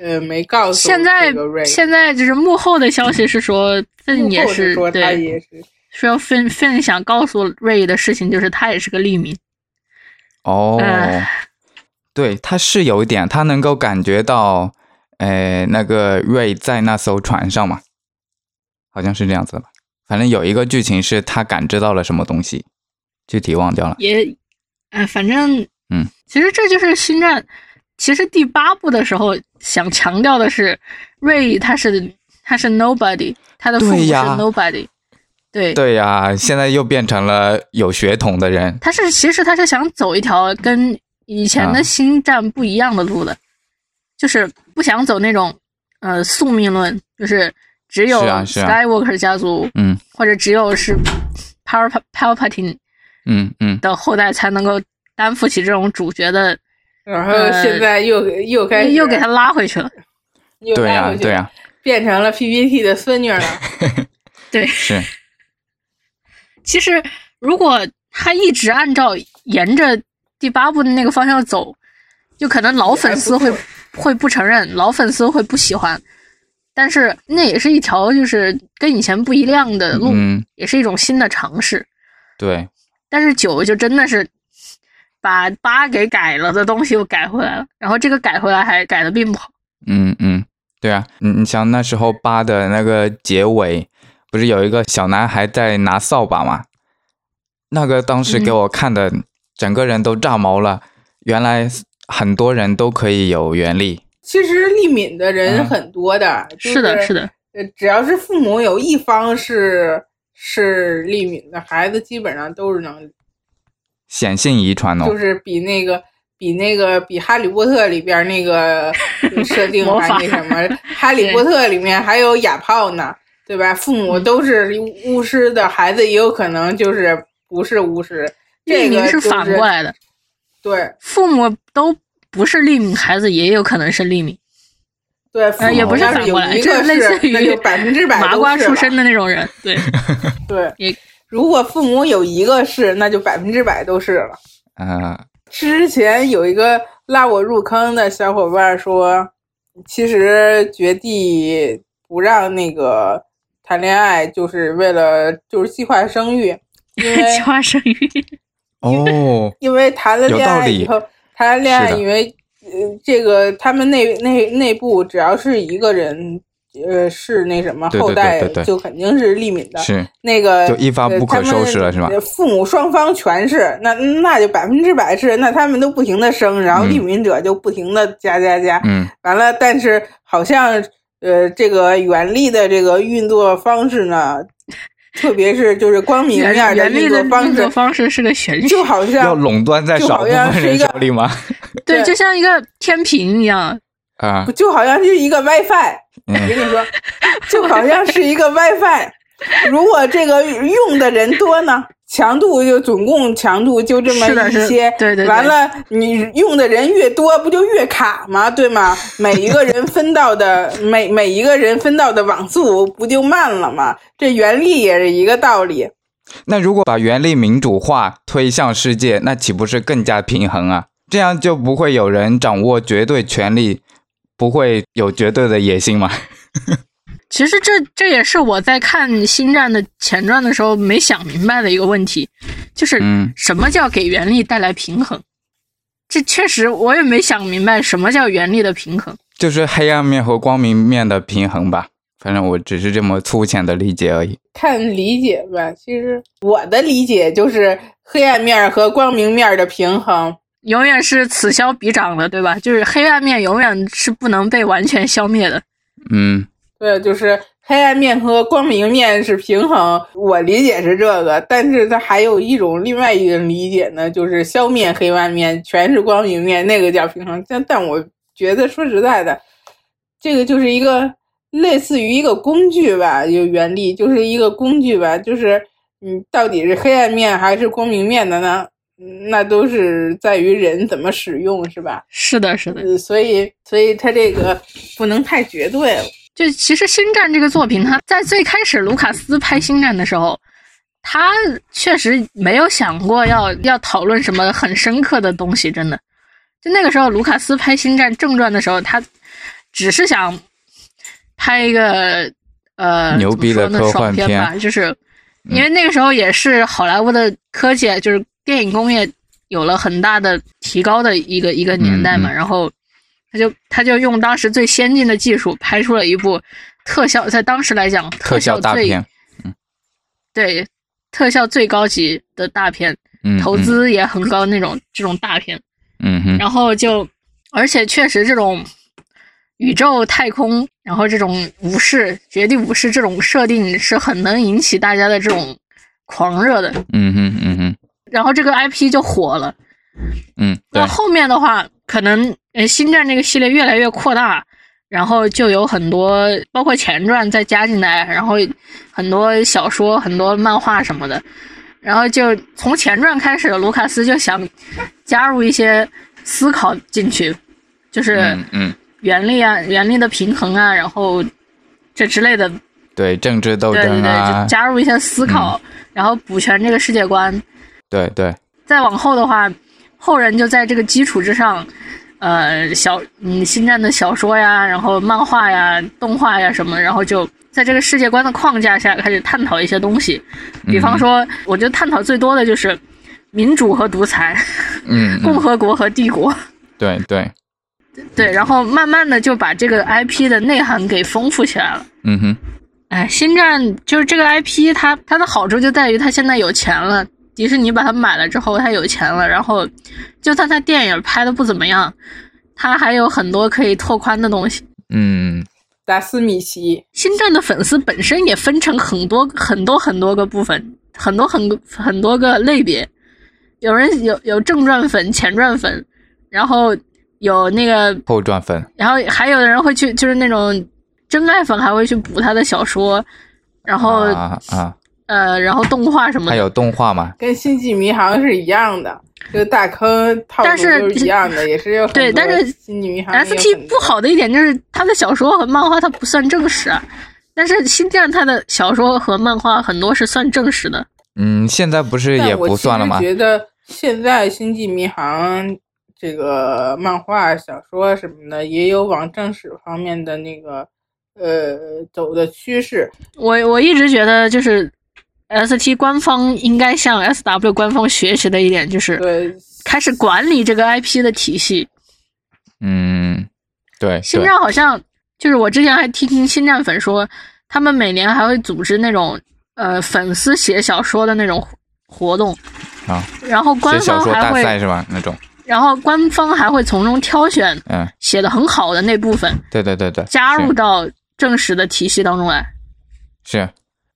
Speaker 3: 呃没告诉
Speaker 2: 现在
Speaker 3: 这个瑞
Speaker 2: 现在就是幕后的消息是说，
Speaker 3: 幕
Speaker 2: 芬也
Speaker 3: 后
Speaker 2: 是
Speaker 3: 说他
Speaker 2: 对，
Speaker 3: 也是
Speaker 2: 说芬芬想告诉瑞的事情就是他也是个利民。
Speaker 1: 哦，
Speaker 2: 嗯
Speaker 1: 对，他是有一点，他能够感觉到，呃，那个瑞在那艘船上嘛，好像是这样子的吧。反正有一个剧情是他感知到了什么东西，具体忘掉了。
Speaker 2: 也，哎，反正，
Speaker 1: 嗯，
Speaker 2: 其实这就是星战。其实第八部的时候想强调的是，瑞他是他是 nobody，他的父母
Speaker 1: 对
Speaker 2: 是
Speaker 1: 呀
Speaker 2: nobody，对，
Speaker 1: 对呀、现在又变成了有血统的人。
Speaker 2: 他是其实他是想走一条跟以前
Speaker 1: 啊
Speaker 2: 的星战不一样的路的，就是不想走那种呃宿命论，就是只有
Speaker 1: 是啊是啊
Speaker 2: Skywalker 家族，
Speaker 1: 嗯
Speaker 2: 或者只有是 Pal Palpatine
Speaker 1: 嗯嗯，
Speaker 2: 的后代才能够担负起这种主角的
Speaker 3: 然后现在又、又开始
Speaker 2: 呃又给他拉回去了。
Speaker 3: 又
Speaker 1: 对呀、
Speaker 3: 拉回去
Speaker 1: 对呀、
Speaker 3: 变成了 PPT 的孙女了。
Speaker 2: 对，
Speaker 1: 是
Speaker 2: 其实如果他一直按照沿着第八部的那个方向走，就可能老粉丝会
Speaker 3: 也还
Speaker 2: 会不承认，老粉丝会不喜欢。但是那也是一条就是跟以前不一样的路，
Speaker 1: 嗯
Speaker 2: 也是一种新的尝试。
Speaker 1: 对，
Speaker 2: 但是九就真的是把八给改了的东西又改回来了，然后这个改回来还改的并不好。
Speaker 1: 嗯嗯，对啊，你你想那时候八的那个结尾，不是有一个小男孩在拿扫把吗？那个当时给
Speaker 2: 嗯
Speaker 1: 我看的，整个人都炸毛了。原来很多人都可以有原力。
Speaker 3: 其实利敏的人
Speaker 1: 嗯
Speaker 3: 很多的，就是
Speaker 2: 的，是的，
Speaker 3: 呃，只要是父母有一方是是利敏的，孩子基本上都是能，
Speaker 1: 显性遗传哦，
Speaker 3: 就是比那个比那个比《哈利波特》里边 那个设定
Speaker 2: 魔
Speaker 3: 还
Speaker 2: 法
Speaker 3: 那什么， 《哈利波特》里面还有哑炮呢，对吧？父
Speaker 2: 嗯
Speaker 3: 母都是巫师的孩子，也有可能就是不是巫师。
Speaker 2: 利
Speaker 3: 这个
Speaker 2: 民
Speaker 3: 就是
Speaker 2: 反过来的，
Speaker 3: 对
Speaker 2: 父母都不是利民，孩子也有可能是利民，
Speaker 3: 对，父
Speaker 2: 呃，也
Speaker 3: 母
Speaker 2: 不是
Speaker 3: 要
Speaker 2: 反
Speaker 3: 有
Speaker 2: 过来，
Speaker 3: 一
Speaker 2: 就
Speaker 3: 个
Speaker 2: 类似
Speaker 3: 是，那
Speaker 2: 于
Speaker 3: 就百分之百
Speaker 2: 麻
Speaker 3: 都
Speaker 2: 瓜
Speaker 3: 是
Speaker 2: 出
Speaker 3: 了
Speaker 2: 身的那种人，对，
Speaker 3: 对
Speaker 2: 也，
Speaker 3: 如果父母有一个是，那就百分之百都是了。
Speaker 1: 呃，
Speaker 3: 之前有一个拉我入坑的小伙伴说，其实绝地不让那个谈恋爱，就是为了就是计划生育，因 为
Speaker 2: 计划生育，
Speaker 1: 哦，
Speaker 3: 因为谈了
Speaker 1: 有
Speaker 3: 恋
Speaker 1: 道
Speaker 3: 爱
Speaker 1: 理
Speaker 3: 以后，谈了恋爱
Speaker 1: 是的
Speaker 3: 以为呃这个他们内内内部只要是一个人。呃，是那什么
Speaker 1: 对对
Speaker 3: 后
Speaker 1: 对
Speaker 3: 代
Speaker 1: 对对
Speaker 3: 就肯定 是利敏的，
Speaker 1: 是
Speaker 3: 那个
Speaker 1: 就一发
Speaker 3: 呃
Speaker 1: 不可
Speaker 3: 他们
Speaker 1: 收拾了是吧
Speaker 3: 呃父母双方全是，那那就百分之百是，那他们都不停的生，然后
Speaker 1: 嗯
Speaker 3: 利民者就不停的加加加，
Speaker 1: 嗯，
Speaker 3: 完了，但是好像呃这个原力的这个运作方式呢，特别是就是光明面
Speaker 2: 原
Speaker 3: 的
Speaker 2: 原力
Speaker 3: 运
Speaker 2: 的
Speaker 3: 作方
Speaker 2: 运
Speaker 3: 式
Speaker 2: 作，方式是个玄学，
Speaker 3: 就好
Speaker 1: 要
Speaker 3: 像
Speaker 1: 垄断在
Speaker 3: 啊就
Speaker 1: 少
Speaker 3: 好
Speaker 1: 部
Speaker 3: 像
Speaker 1: 分
Speaker 3: 是
Speaker 1: 人
Speaker 3: 一个
Speaker 1: 手里吗？
Speaker 2: 对，
Speaker 3: 对
Speaker 2: 就像一个天平一样，
Speaker 1: 啊、
Speaker 3: 就好像是一个 WiFi，我
Speaker 1: 嗯
Speaker 3: 跟你说，就好像是一个 WiFi。如果这个用的人多呢，强度就总共强度就这么
Speaker 2: 是的
Speaker 3: 一
Speaker 2: 是的
Speaker 3: 些，
Speaker 2: 对对对
Speaker 3: 完了你用的人越多，不就越卡吗？对吗？每一个人分到的 每每一个人分到的网速不就慢了吗？这原理也是一个道理。
Speaker 1: 那如果把原力民主化推向世界，那岂不是更加平衡啊？这样就不会有人掌握绝对权力，不会有绝对的野心嘛？
Speaker 2: 其实这这也是我在看《星战》的前传的时候没想明白的一个问题，就是
Speaker 1: 嗯
Speaker 2: 什么叫给原力带来平衡？这确实我也没想明白什么叫原力的平衡。
Speaker 1: 就是黑暗面和光明面的平衡吧。反正我只是这么粗浅的理解而已。
Speaker 3: 看理解吧，其实我的理解就是黑暗面儿和光明面儿的平衡。
Speaker 2: 永远是此消彼长的，对吧？就是黑暗面永远是不能被完全消灭的。
Speaker 1: 嗯，
Speaker 3: 对，就是黑暗面和光明面是平衡，我理解是这个，但是它还有一种另外一种理解呢，就是消灭黑暗面，全是光明面，那个叫平衡。但但我觉得说实在的，这个就是一个类似于一个工具吧，有原理，就是一个工具吧，就是你到底是黑暗面还是光明面的呢？嗯那都是在于人怎么使用，是吧？
Speaker 2: 是的，是的。
Speaker 3: 呃，所以，所以它这个不能太绝对。
Speaker 2: 就其实《星战》这个作品，它在最开始卢卡斯拍《星战》的时候，他确实没有想过要要讨论什么很深刻的东西，真的。就那个时候，卢卡斯拍《星战》正传的时候，他只是想拍一个呃
Speaker 1: 牛逼的
Speaker 2: 怎么说呢
Speaker 1: 科幻
Speaker 2: 爽片吧，
Speaker 1: 片嗯
Speaker 2: 就是因为那个时候也是好莱坞的科技，就是电影工业有了很大的提高的一个一个年代嘛，
Speaker 1: 嗯
Speaker 2: 然后他就他就用当时最先进的技术拍出了一部特效，在当时来讲
Speaker 1: 特效
Speaker 2: 效
Speaker 1: 大
Speaker 2: 最
Speaker 1: 片，
Speaker 2: 对特效最高级的大片，
Speaker 1: 嗯，
Speaker 2: 投资也很高那种这种大片，
Speaker 1: 嗯，嗯哼，
Speaker 2: 然后就而且确实这种宇宙太空，然后这种武士绝地武士这种设定是很能引起大家的这种狂热的，
Speaker 1: 嗯哼，嗯哼，
Speaker 2: 然后这个 IP 就火了。
Speaker 1: 嗯，对
Speaker 2: 那，后面的话，可能呃，星战这个系列越来越扩大，然后就有很多包括前传再加进来，然后很多小说、很多漫画什么的，然后就从前传开始，卢卡斯就想加入一些思考进去，就是
Speaker 1: 嗯嗯，
Speaker 2: 原力啊、原力的平衡啊，然后这之类的
Speaker 1: 对，政治斗
Speaker 2: 对对
Speaker 1: 争
Speaker 2: 对，
Speaker 1: 啊嗯
Speaker 2: 就，加入一些思考，然后补全这个世界观。
Speaker 1: 对对，
Speaker 2: 再往后的话，后人就在这个基础之上，呃，小嗯，星战的小说呀，然后漫画呀、动画呀什么，然后就在这个世界观的框架下开始探讨一些东西。比方说，我觉得探讨最多的就是民主和独裁、
Speaker 1: 嗯，
Speaker 2: 共
Speaker 1: 嗯
Speaker 2: 和国和帝国。
Speaker 1: 对对，
Speaker 2: 对，然后慢慢的就把这个 IP 的内涵给丰富起来了。
Speaker 1: 嗯哼，
Speaker 2: 哎，星战就是这个 IP，它它的好处就在于它现在有钱了，迪士尼把它买了之后，他有钱了，然后就算他电影拍的不怎么样，他还有很多可以拓宽的东西。
Speaker 1: 嗯，
Speaker 3: 达斯米奇，
Speaker 2: 星战的粉丝本身也分成很多很多很多个部分，很多很多很多个类别。有人有有正传粉、前传粉，然后有那个，
Speaker 1: 后传粉
Speaker 2: 然后还有的人会去，就是那种真爱粉还会去补他的小说，然后、
Speaker 1: 啊啊，
Speaker 2: 呃，然后动画什么
Speaker 1: 还
Speaker 2: 的。
Speaker 1: 有动画嘛？
Speaker 3: 跟星际迷航是一样的，这个大坑套路
Speaker 2: 但是
Speaker 3: 都是一样的，也是有很
Speaker 2: 对
Speaker 3: 多
Speaker 2: 但是
Speaker 3: 星际迷航也有
Speaker 2: S P
Speaker 3: 很
Speaker 2: 不
Speaker 3: 多
Speaker 2: 好的一点就是他的小说和漫画它不算正史啊，但是星战他的小说和漫画很多是算正史的。
Speaker 1: 嗯，现在不是
Speaker 3: 但
Speaker 1: 也
Speaker 3: 我
Speaker 1: 不
Speaker 3: 其
Speaker 1: 算了
Speaker 3: 实
Speaker 1: 吗？
Speaker 3: 觉得现在《星际迷航》这个漫画、小说什么的，也有往正史方面的那个呃走的趋势。
Speaker 2: 我我一直觉得就是 S T 官方应该向 S W 官方学习的一点就是
Speaker 3: 对，
Speaker 2: 开始管理这个 I P 的体系。
Speaker 1: 嗯，对
Speaker 2: 星
Speaker 1: 对，
Speaker 2: 战好像就是我之前还听星战粉说，他们每年还会组织那种呃粉丝写小说的那种活动
Speaker 1: 啊，
Speaker 2: 然后官
Speaker 1: 写小
Speaker 2: 方
Speaker 1: 说
Speaker 2: 还
Speaker 1: 大赛
Speaker 2: 会，
Speaker 1: 是吧？那种，
Speaker 2: 然后官方还会从中挑选
Speaker 1: 嗯，
Speaker 2: 写的很好的那部分
Speaker 1: 对对对对，
Speaker 2: 加入
Speaker 1: 是
Speaker 2: 到正史的体系当中来。
Speaker 1: 是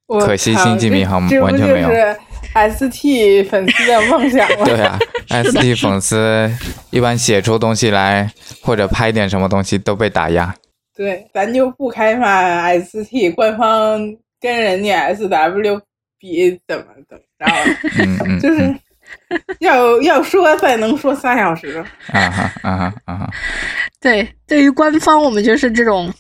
Speaker 3: 我
Speaker 1: 可惜
Speaker 3: 靠
Speaker 1: 星际迷航
Speaker 3: 这
Speaker 1: 完全没有
Speaker 3: 这不就是 ST 粉丝的梦想吗？
Speaker 1: 对 啊，ST 粉丝一般写出东西来或者拍点什么东西都被打压。
Speaker 3: 对，咱就不开发 ST，官方跟人家 SW 比怎么怎么着，
Speaker 1: 嗯 嗯，
Speaker 3: 就是要要说再能说仨小时。
Speaker 1: 啊哈啊哈啊哈，
Speaker 2: 对，对于官方，我们就是这种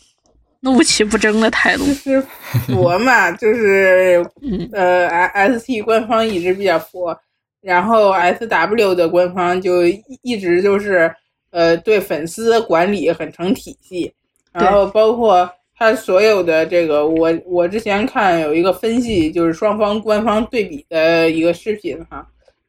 Speaker 2: 怒其不争的态度
Speaker 3: 就。是佛嘛，就是
Speaker 2: 嗯
Speaker 3: 呃，S T 官方一直比较佛，然后 S W 的官方就一一直就是呃对粉丝管理很成体系，然后包括他所有的这个，我我之前看有一个分析，就是双方官方对比的一个视频哈。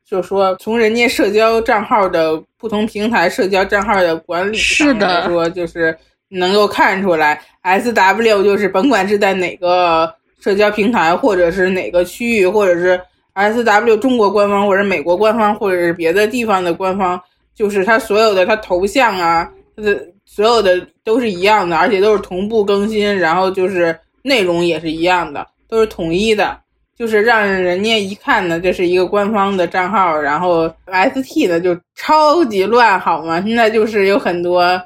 Speaker 3: 就说从人家社交账号的不同平台社交账号的管理
Speaker 2: 是
Speaker 3: 上
Speaker 2: 的
Speaker 3: 来说，就是能够看出来，S W 就是甭管是在哪个社交平台，或者是哪个区域，或者是 S W 中国官方，或者美国官方，或者是别的地方的官方，就是它所有的它头像啊，它的所有的都是一样的，而且都是同步更新，然后就是内容也是一样的，都是统一的。就是让人家一看呢，这是一个官方的账号，然后 ST 呢就超级乱，好吗？现在就是有很多，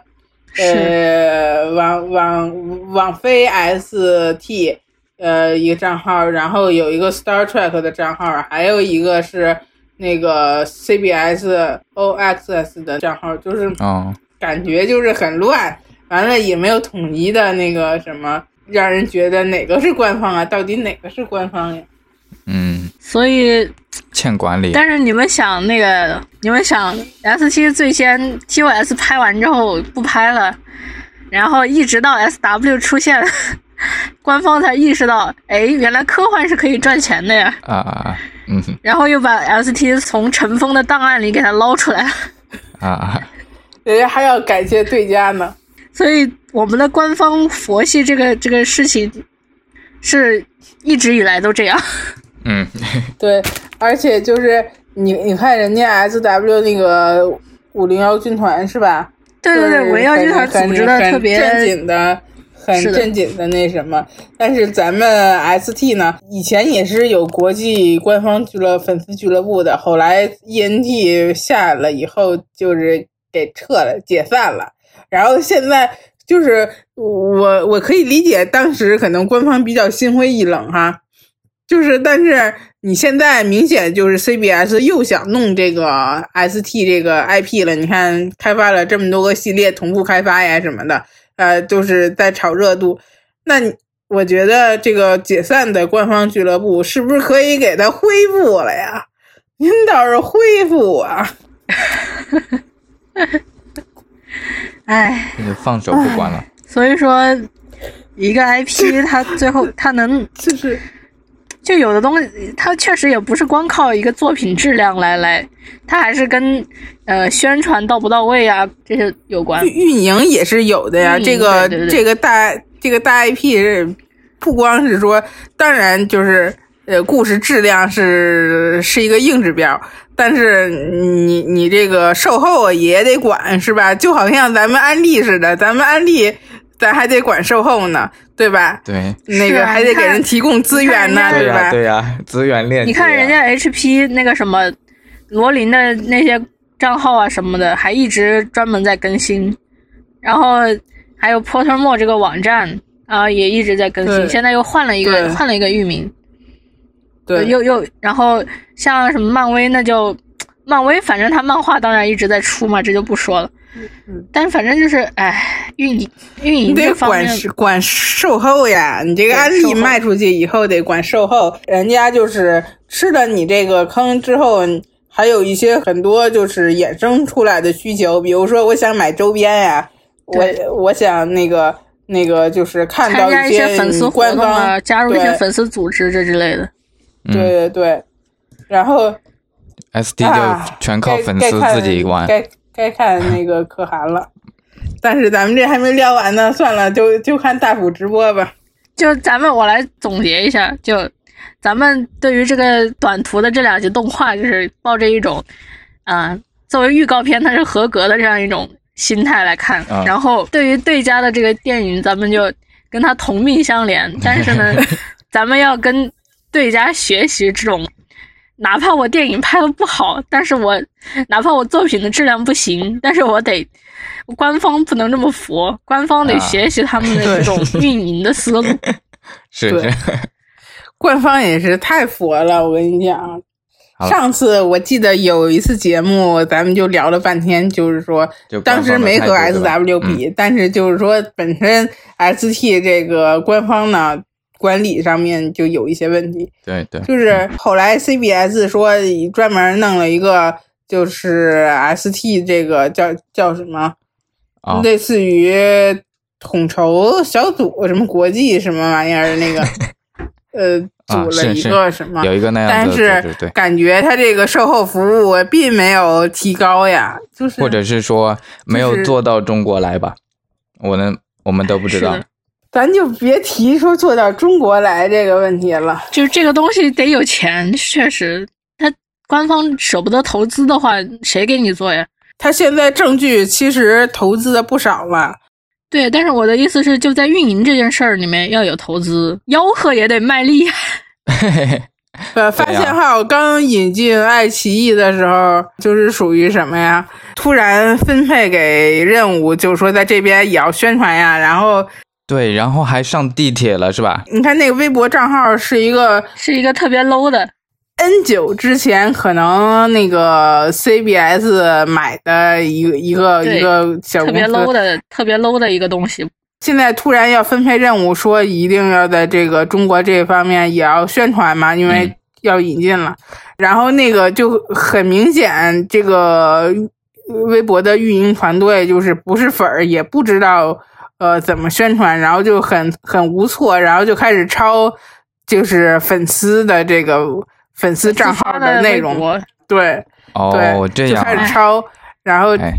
Speaker 3: 呃，网网网飞 ST，呃，一个账号，然后有一个 Star Trek 的账号，还有一个是那个 CBS OXS 的账号，就是
Speaker 1: 哦，
Speaker 3: 感觉就是很乱，完了也没有统一的那个什么，让人觉得哪个是官方啊？到底哪个是官方呀？
Speaker 1: 嗯，
Speaker 2: 所以，
Speaker 1: 欠管理。
Speaker 2: 但是你们想那个，你们想 S 七最先 T O S 拍完之后不拍了，然后一直到 S W 出现， 官方才意识到，哎，原来科幻是可以赚钱的呀，
Speaker 1: 啊啊啊，嗯哼
Speaker 2: 然后又把 S T 从尘封的档案里给它捞出来了。
Speaker 1: 啊啊，
Speaker 3: 人家还要感谢对家呢。
Speaker 2: 所以我们的官方佛系这个这个事情，是一直以来都这样。
Speaker 1: 嗯，
Speaker 3: 对，而且就是你你看人家 S W 那个五零幺军团是吧？
Speaker 2: 对对对，
Speaker 3: 就是
Speaker 2: 围绕军团
Speaker 3: 很
Speaker 2: 组织的
Speaker 3: 很
Speaker 2: 特别
Speaker 3: 正经的。很
Speaker 2: 是的
Speaker 3: 正经的那什么，但是咱们 ST 呢，以前也是有国际官方俱乐粉丝俱乐部的，后来 ENT 下了以后，就是给撤了，解散了。然后现在就是我我可以理解，当时可能官方比较心灰意冷哈，就是但是你现在明显就是 CBS 又想弄这个 ST 这个 IP 了，你看开发了这么多个系列同步开发呀什么的，呃，就是在炒热度。那你我觉得这个解散的官方俱乐部是不是可以给它恢复了呀？您倒是恢复啊！
Speaker 2: 哎，
Speaker 1: 就放手不管了。
Speaker 2: 所以说一个 IP 它最后它能
Speaker 3: 就是
Speaker 2: 就有的东西，它确实也不是光靠一个作品质量来来，它还是跟呃宣传到不到位啊这些有关
Speaker 3: 运。运营也是有的呀。
Speaker 2: 运营
Speaker 3: 这个
Speaker 2: 对对对啊
Speaker 3: 这个大这个大 IP 是不光是说，当然就是呃，故事质量是是一个硬指标，但是你你这个售后啊也得管是吧？就好像咱们安利似的，咱们安利咱还得管售后呢，对吧？
Speaker 1: 对，
Speaker 3: 那
Speaker 2: 是
Speaker 3: 个
Speaker 2: 啊
Speaker 3: 还
Speaker 2: 你
Speaker 3: 得给
Speaker 2: 看
Speaker 3: 人提供资
Speaker 2: 你看
Speaker 3: 源呢，
Speaker 2: 人
Speaker 1: 对
Speaker 2: 家
Speaker 1: 呀、
Speaker 3: 啊吧？
Speaker 1: 对呀、资源链接呀、啊
Speaker 2: 你看人家 HP 那个什么罗琳的那些账号啊什么的，还一直专门在更新，然后还有 Pottermore 这个网站啊也一直在更
Speaker 3: 对
Speaker 2: 新，现在又换了一
Speaker 3: 对
Speaker 2: 个换了一个域名，
Speaker 3: 对，
Speaker 2: 又又然后像什么漫威那就漫威，反正它漫画当然一直在出嘛，这就不说了。
Speaker 3: 嗯
Speaker 2: 但反正就是，哎，运营运
Speaker 3: 你
Speaker 2: 营
Speaker 3: 得
Speaker 2: 这方
Speaker 3: 管
Speaker 2: 面，
Speaker 3: 管售后呀，你这个
Speaker 2: 对
Speaker 3: 安
Speaker 2: 售
Speaker 3: 利
Speaker 2: 后
Speaker 3: 卖出去以后得管售后，人家就是吃了你这个坑之后，还有一些很多就是衍生出来的需求，比如说我想买周边呀，我
Speaker 2: 对
Speaker 3: 我想那个那个就是看
Speaker 2: 参
Speaker 3: 到
Speaker 2: 加一
Speaker 3: 些
Speaker 2: 些粉丝活
Speaker 3: 官
Speaker 2: 动啊，
Speaker 3: 方
Speaker 2: 加入一些
Speaker 3: 对
Speaker 2: 粉丝组织这之类的。
Speaker 1: 嗯、
Speaker 3: 对对对，然后
Speaker 1: SD 就全靠
Speaker 3: 啊该
Speaker 1: 粉
Speaker 3: 该
Speaker 1: 丝
Speaker 3: 看
Speaker 1: 自己玩。
Speaker 3: 该该看那个可汗了。 但是咱们这还没聊完呢，算了，就就看大虎直播吧。
Speaker 2: 就咱们我来总结一下，就咱们对于这个短途的这两集动画，就是抱着一种，啊、作为预告片它是合格的这样一种心态来看。
Speaker 1: 嗯
Speaker 2: 然后对于对家的这个电影，咱们就跟它同命相连，但是呢，咱们要跟对家学习这种。哪怕我电影拍的不好，但是我哪怕我作品的质量不行，但是我得，官方不能这么佛，官方得
Speaker 1: 啊
Speaker 2: 学习他们的这种运营的思路。
Speaker 1: 是
Speaker 3: 对
Speaker 1: 是，
Speaker 3: 官方也是太佛了，我跟你讲
Speaker 1: 好。了
Speaker 3: 上次我记得有一次节目，咱们就聊了半天，就是说
Speaker 1: 就官
Speaker 3: 当时
Speaker 1: 方的
Speaker 3: 没和
Speaker 1: 态度对吧
Speaker 3: SW
Speaker 1: 嗯
Speaker 3: 比，但是就是说本身 ST 这个官方呢管理上面就有一些问题，
Speaker 1: 对对，
Speaker 3: 就是后来 CBS 说专门弄了一个就是 ST 这个叫叫什么
Speaker 1: 啊、
Speaker 3: 类似于统筹小组什么国际什么玩意儿的 那个，呃，
Speaker 1: 啊
Speaker 3: 组了
Speaker 1: 是
Speaker 3: 一
Speaker 1: 是
Speaker 3: 个什么，
Speaker 1: 有一个那样
Speaker 3: 但
Speaker 1: 子的组
Speaker 3: 是
Speaker 1: 织，对，
Speaker 3: 感觉他这个售后服务并没有提高呀，就是
Speaker 1: 或者是说没有做到中国来吧，我能我们都不知道
Speaker 2: 是的。
Speaker 3: 咱就别提说做到中国来这个问题了。
Speaker 2: 就是这个东西得有钱，确实，他官方舍不得投资的话，谁给你做呀？
Speaker 3: 他现在证据其实投资的不少了，
Speaker 2: 对，但是我的意思是，就在运营这件事儿里面要有投资，吆喝也得卖力啊。
Speaker 3: 呃，发现号刚引进爱奇艺的时候，就是属于什么呀？突然分配给任务，就说在这边也要宣传呀，然后
Speaker 1: 对，然后还上地铁了是吧？
Speaker 3: 你看那个微博账号是一个
Speaker 2: 是一个特别 low 的，
Speaker 3: N 九之前可能那个 CBS 买的一个一个
Speaker 2: 对
Speaker 3: 一个小
Speaker 2: 特
Speaker 3: 公
Speaker 2: 别 low
Speaker 3: 司，
Speaker 2: 的，特别 low 的一个东西。
Speaker 3: 现在突然要分配任务，说一定要在这个中国这方面也要宣传嘛，因为
Speaker 1: 嗯
Speaker 3: 要引进了。然后那个就很明显，这个微博的运营团队就是不是粉儿，也不知道呃怎么宣传，然后就很很无措，然后就开始抄就是粉丝的这个粉丝账号
Speaker 2: 自发的
Speaker 3: 内
Speaker 2: 微
Speaker 3: 容，
Speaker 2: 博
Speaker 3: 对。
Speaker 1: 哦
Speaker 3: 对，，
Speaker 1: 这
Speaker 3: 就
Speaker 1: 样
Speaker 3: 开
Speaker 1: 啊
Speaker 3: 始抄，然后
Speaker 1: 哎，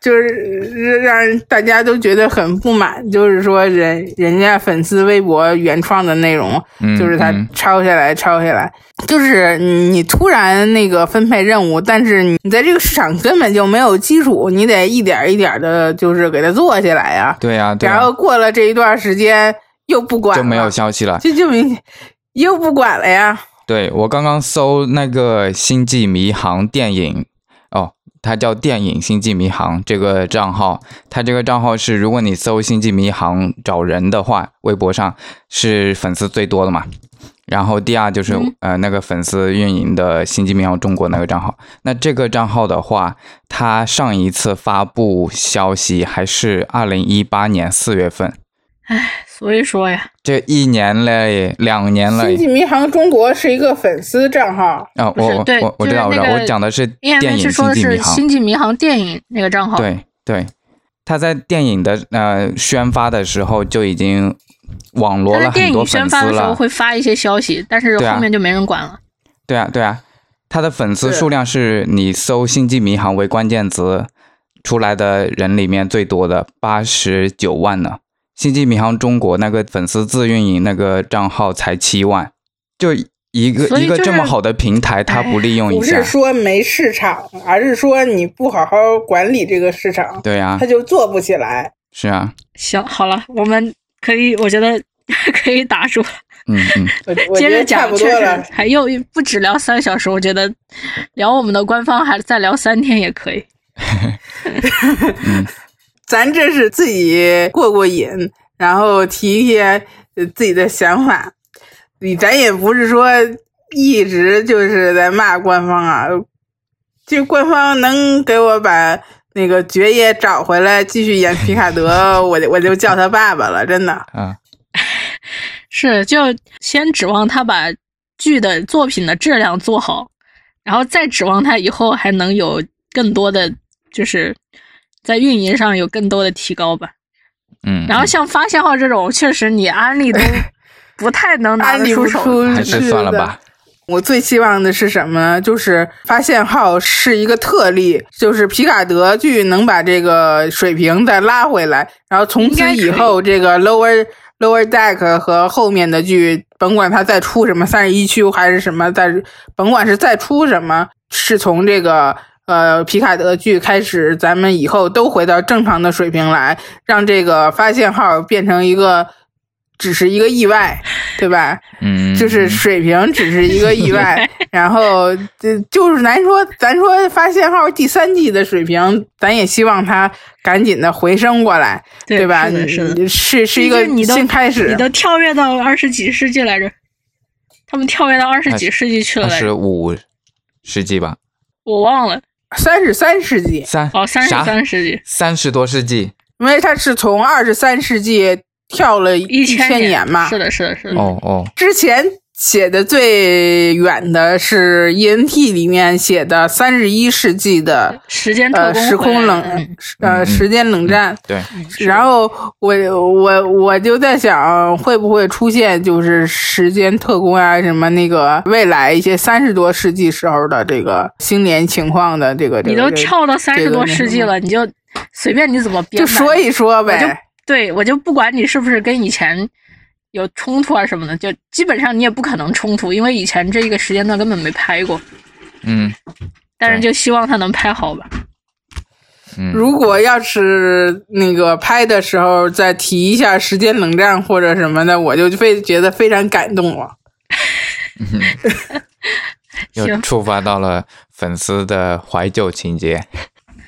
Speaker 3: 就是让人大家都觉得很不满，就是说人人家粉丝微博原创的内容，
Speaker 1: 嗯
Speaker 3: 就是他
Speaker 1: 嗯
Speaker 3: 抄下来抄下来，就是你你突然那个分配任务，但是你在这个市场根本就没有基础，你得一点儿一点的，就是给它做起来呀、
Speaker 1: 对呀、对呀、啊
Speaker 3: 然后过了这一段时间又不管
Speaker 1: 就没有
Speaker 3: 了
Speaker 1: 消息了。
Speaker 3: 这就明又不管了呀。
Speaker 1: 对我刚刚搜那个《星际迷航》电影，哦，它叫电影《星际迷航》这个账号，它这个账号是如果你搜《星际迷航》找人的话，微博上是粉丝最多的嘛。然后第二就是、
Speaker 2: 嗯
Speaker 1: 呃那个粉丝运营的《星际迷航中国》那个账号，那这个账号的话，它上一次发布消息还是二零一八年四月份，
Speaker 2: 所以说呀，
Speaker 1: 这一年嘞，两年嘞
Speaker 3: 星，际迷航中国是一个粉丝账号，
Speaker 1: 啊，
Speaker 2: 不
Speaker 1: 我
Speaker 2: 是
Speaker 1: 我
Speaker 2: 对
Speaker 1: 我我
Speaker 2: 就
Speaker 1: 知
Speaker 2: 是
Speaker 1: 道，我知
Speaker 2: 那
Speaker 1: 道，我
Speaker 2: 个
Speaker 1: 讲的是
Speaker 2: 因
Speaker 1: 电
Speaker 2: 为
Speaker 1: 影
Speaker 2: 是
Speaker 1: 《
Speaker 2: 说
Speaker 1: 星
Speaker 2: 的
Speaker 1: 际迷
Speaker 2: 是《
Speaker 1: 航》。
Speaker 2: 星际迷航》电影那个账号，
Speaker 1: 对对，他在电影的呃宣发的时候就已经网罗
Speaker 2: 他在
Speaker 1: 了
Speaker 2: 电
Speaker 1: 很多
Speaker 2: 影
Speaker 1: 粉
Speaker 2: 宣
Speaker 1: 丝
Speaker 2: 发的时候
Speaker 1: 了。
Speaker 2: 会发一些消息，但是
Speaker 1: 对啊
Speaker 2: 后面就没人管了。
Speaker 1: 对啊对啊，他的粉丝
Speaker 3: 对
Speaker 1: 数量是你搜“星际迷航”为关键词出来的人里面最多的，八十九万呢。星际迷航中国那个粉丝自运营那个账号才七万，就一个
Speaker 2: 所以
Speaker 1: 一个
Speaker 2: 就是哎
Speaker 1: 这么好的平台，它不利用一
Speaker 3: 不
Speaker 1: 下
Speaker 3: 是，说没市场，而是说你不好好管理这个市
Speaker 2: 啊
Speaker 3: 场，
Speaker 1: 对呀
Speaker 3: 它，就做不起来。
Speaker 1: 是啊，
Speaker 2: 行，好了，我们可以，我觉得 可以打住了。
Speaker 1: 嗯嗯，
Speaker 3: 我我
Speaker 2: 接
Speaker 3: 觉
Speaker 2: 着
Speaker 3: 得差
Speaker 2: 讲，
Speaker 3: 不
Speaker 2: 确
Speaker 3: 多
Speaker 2: 实
Speaker 3: 了。
Speaker 2: 还又不止聊三小时，我觉得聊我们的官方还再聊三天也可以。
Speaker 3: 咱这是自己过过瘾，然后提一些呃自己的想法。你咱也不是说一直就是在骂官方啊，就官方能给我把那个爵爷找回来继续演皮卡德，我就我就叫他爸爸了，真的。
Speaker 1: 啊，
Speaker 2: 是，就先指望他把剧的作品的质量做好，然后再指望他以后还能有更多的，就是在运营上有更多的提高吧。
Speaker 1: 嗯，
Speaker 2: 然后像发现号这种，确实你安利都不太能拿
Speaker 3: 安
Speaker 2: 得
Speaker 3: 利
Speaker 2: 出
Speaker 3: 不
Speaker 2: 手。
Speaker 3: 出
Speaker 1: 嗯还是哎算了吧，
Speaker 3: 我最期望的是什么呢？就是发现号是一个特例，就是皮卡德剧能把这个水平再拉回来，然后从此以后，这个 lower lower deck 和后面的剧，甭管它再出什么三十一区还是什么，再甭管是再出什么，是从这个呃皮卡德剧开始，咱们以后都回到正常的水平来，让这个发现号变成一个只是一个意外，对吧？
Speaker 1: 嗯，
Speaker 3: 就是水平只是一 个意外，然后这就是咱说咱说发现号第三季的水平，咱也希望它赶紧的回升过来，
Speaker 2: 对
Speaker 3: 吧？
Speaker 2: 是的是的
Speaker 3: 嗯是是一
Speaker 2: 毕
Speaker 3: 个
Speaker 2: 竟你都
Speaker 3: 新开始
Speaker 2: 你，都跳跃到二十几世纪来着，他们跳跃到二十几世纪去了
Speaker 1: 二
Speaker 2: 来
Speaker 1: 十
Speaker 2: 着，
Speaker 1: 五世纪吧，
Speaker 2: 我忘了。
Speaker 3: 三十三世纪，
Speaker 1: 三
Speaker 2: 哦，三十
Speaker 1: 啥
Speaker 2: 三世纪，
Speaker 1: 三十多世纪
Speaker 3: 因为它是从二十三世纪跳了一
Speaker 2: 千
Speaker 3: 千年嘛
Speaker 2: 是，的，是的，是的。
Speaker 1: 哦哦，
Speaker 3: 之前写的最远的是 ENT 里面写的三十一世纪的
Speaker 2: 时间特
Speaker 3: 呃
Speaker 2: 工
Speaker 3: 时
Speaker 2: 回来
Speaker 3: 空
Speaker 2: 了
Speaker 3: 冷
Speaker 2: 嗯
Speaker 1: 嗯
Speaker 3: 呃
Speaker 1: 嗯
Speaker 3: 时间冷战。
Speaker 1: 对，
Speaker 3: 然后我我我就在想，会不会出现就是时间特工啊，什么那个未来一些三十多世纪时候的这个星联情况的这个，这
Speaker 2: 你
Speaker 3: 个
Speaker 2: 都
Speaker 3: 这个
Speaker 2: 跳到三
Speaker 3: 这
Speaker 2: 十
Speaker 3: 个
Speaker 2: 多
Speaker 3: 那
Speaker 2: 世
Speaker 3: 什
Speaker 2: 纪
Speaker 3: 么
Speaker 2: 了，你就随便你怎么编
Speaker 3: 嗯就
Speaker 2: 吧
Speaker 3: 说一说
Speaker 2: 我就
Speaker 3: 呗。
Speaker 2: 对我就不管你是不是跟以前有冲突啊什么的，就基本上你也不可能冲突，因为以前这一个时间段根本没拍过。
Speaker 1: 嗯
Speaker 2: 但是
Speaker 1: 对
Speaker 2: 就希望他能拍好吧。
Speaker 1: 嗯，
Speaker 3: 如果要是那个拍的时候再提一下时间冷战或者什么的，我就非觉得非常感动了。
Speaker 1: 又
Speaker 2: 行
Speaker 1: 触发到了粉丝的怀旧情节，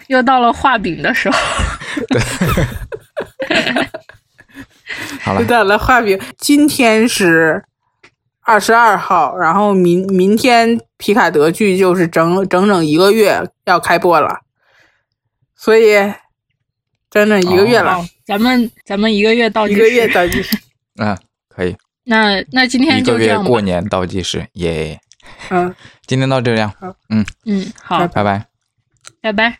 Speaker 2: 又到了画饼的时候，
Speaker 1: 好了
Speaker 3: 知，道了，画饼。今天是二十二号，然后明明天皮卡德剧就是整整整一个月要开播了，所以整整一个月了，
Speaker 2: 哦咱们咱们一个月倒计
Speaker 3: 哦一
Speaker 2: 时。
Speaker 3: 个月倒计时。
Speaker 1: 嗯，可以，
Speaker 2: 那那今
Speaker 1: 一
Speaker 2: 天就
Speaker 1: 个
Speaker 2: 这
Speaker 1: 月
Speaker 2: 样吧。
Speaker 1: 过年倒计时，耶，
Speaker 3: 嗯，
Speaker 1: 啊今天到这样，
Speaker 2: 嗯，好，
Speaker 1: 拜拜。
Speaker 2: 拜拜。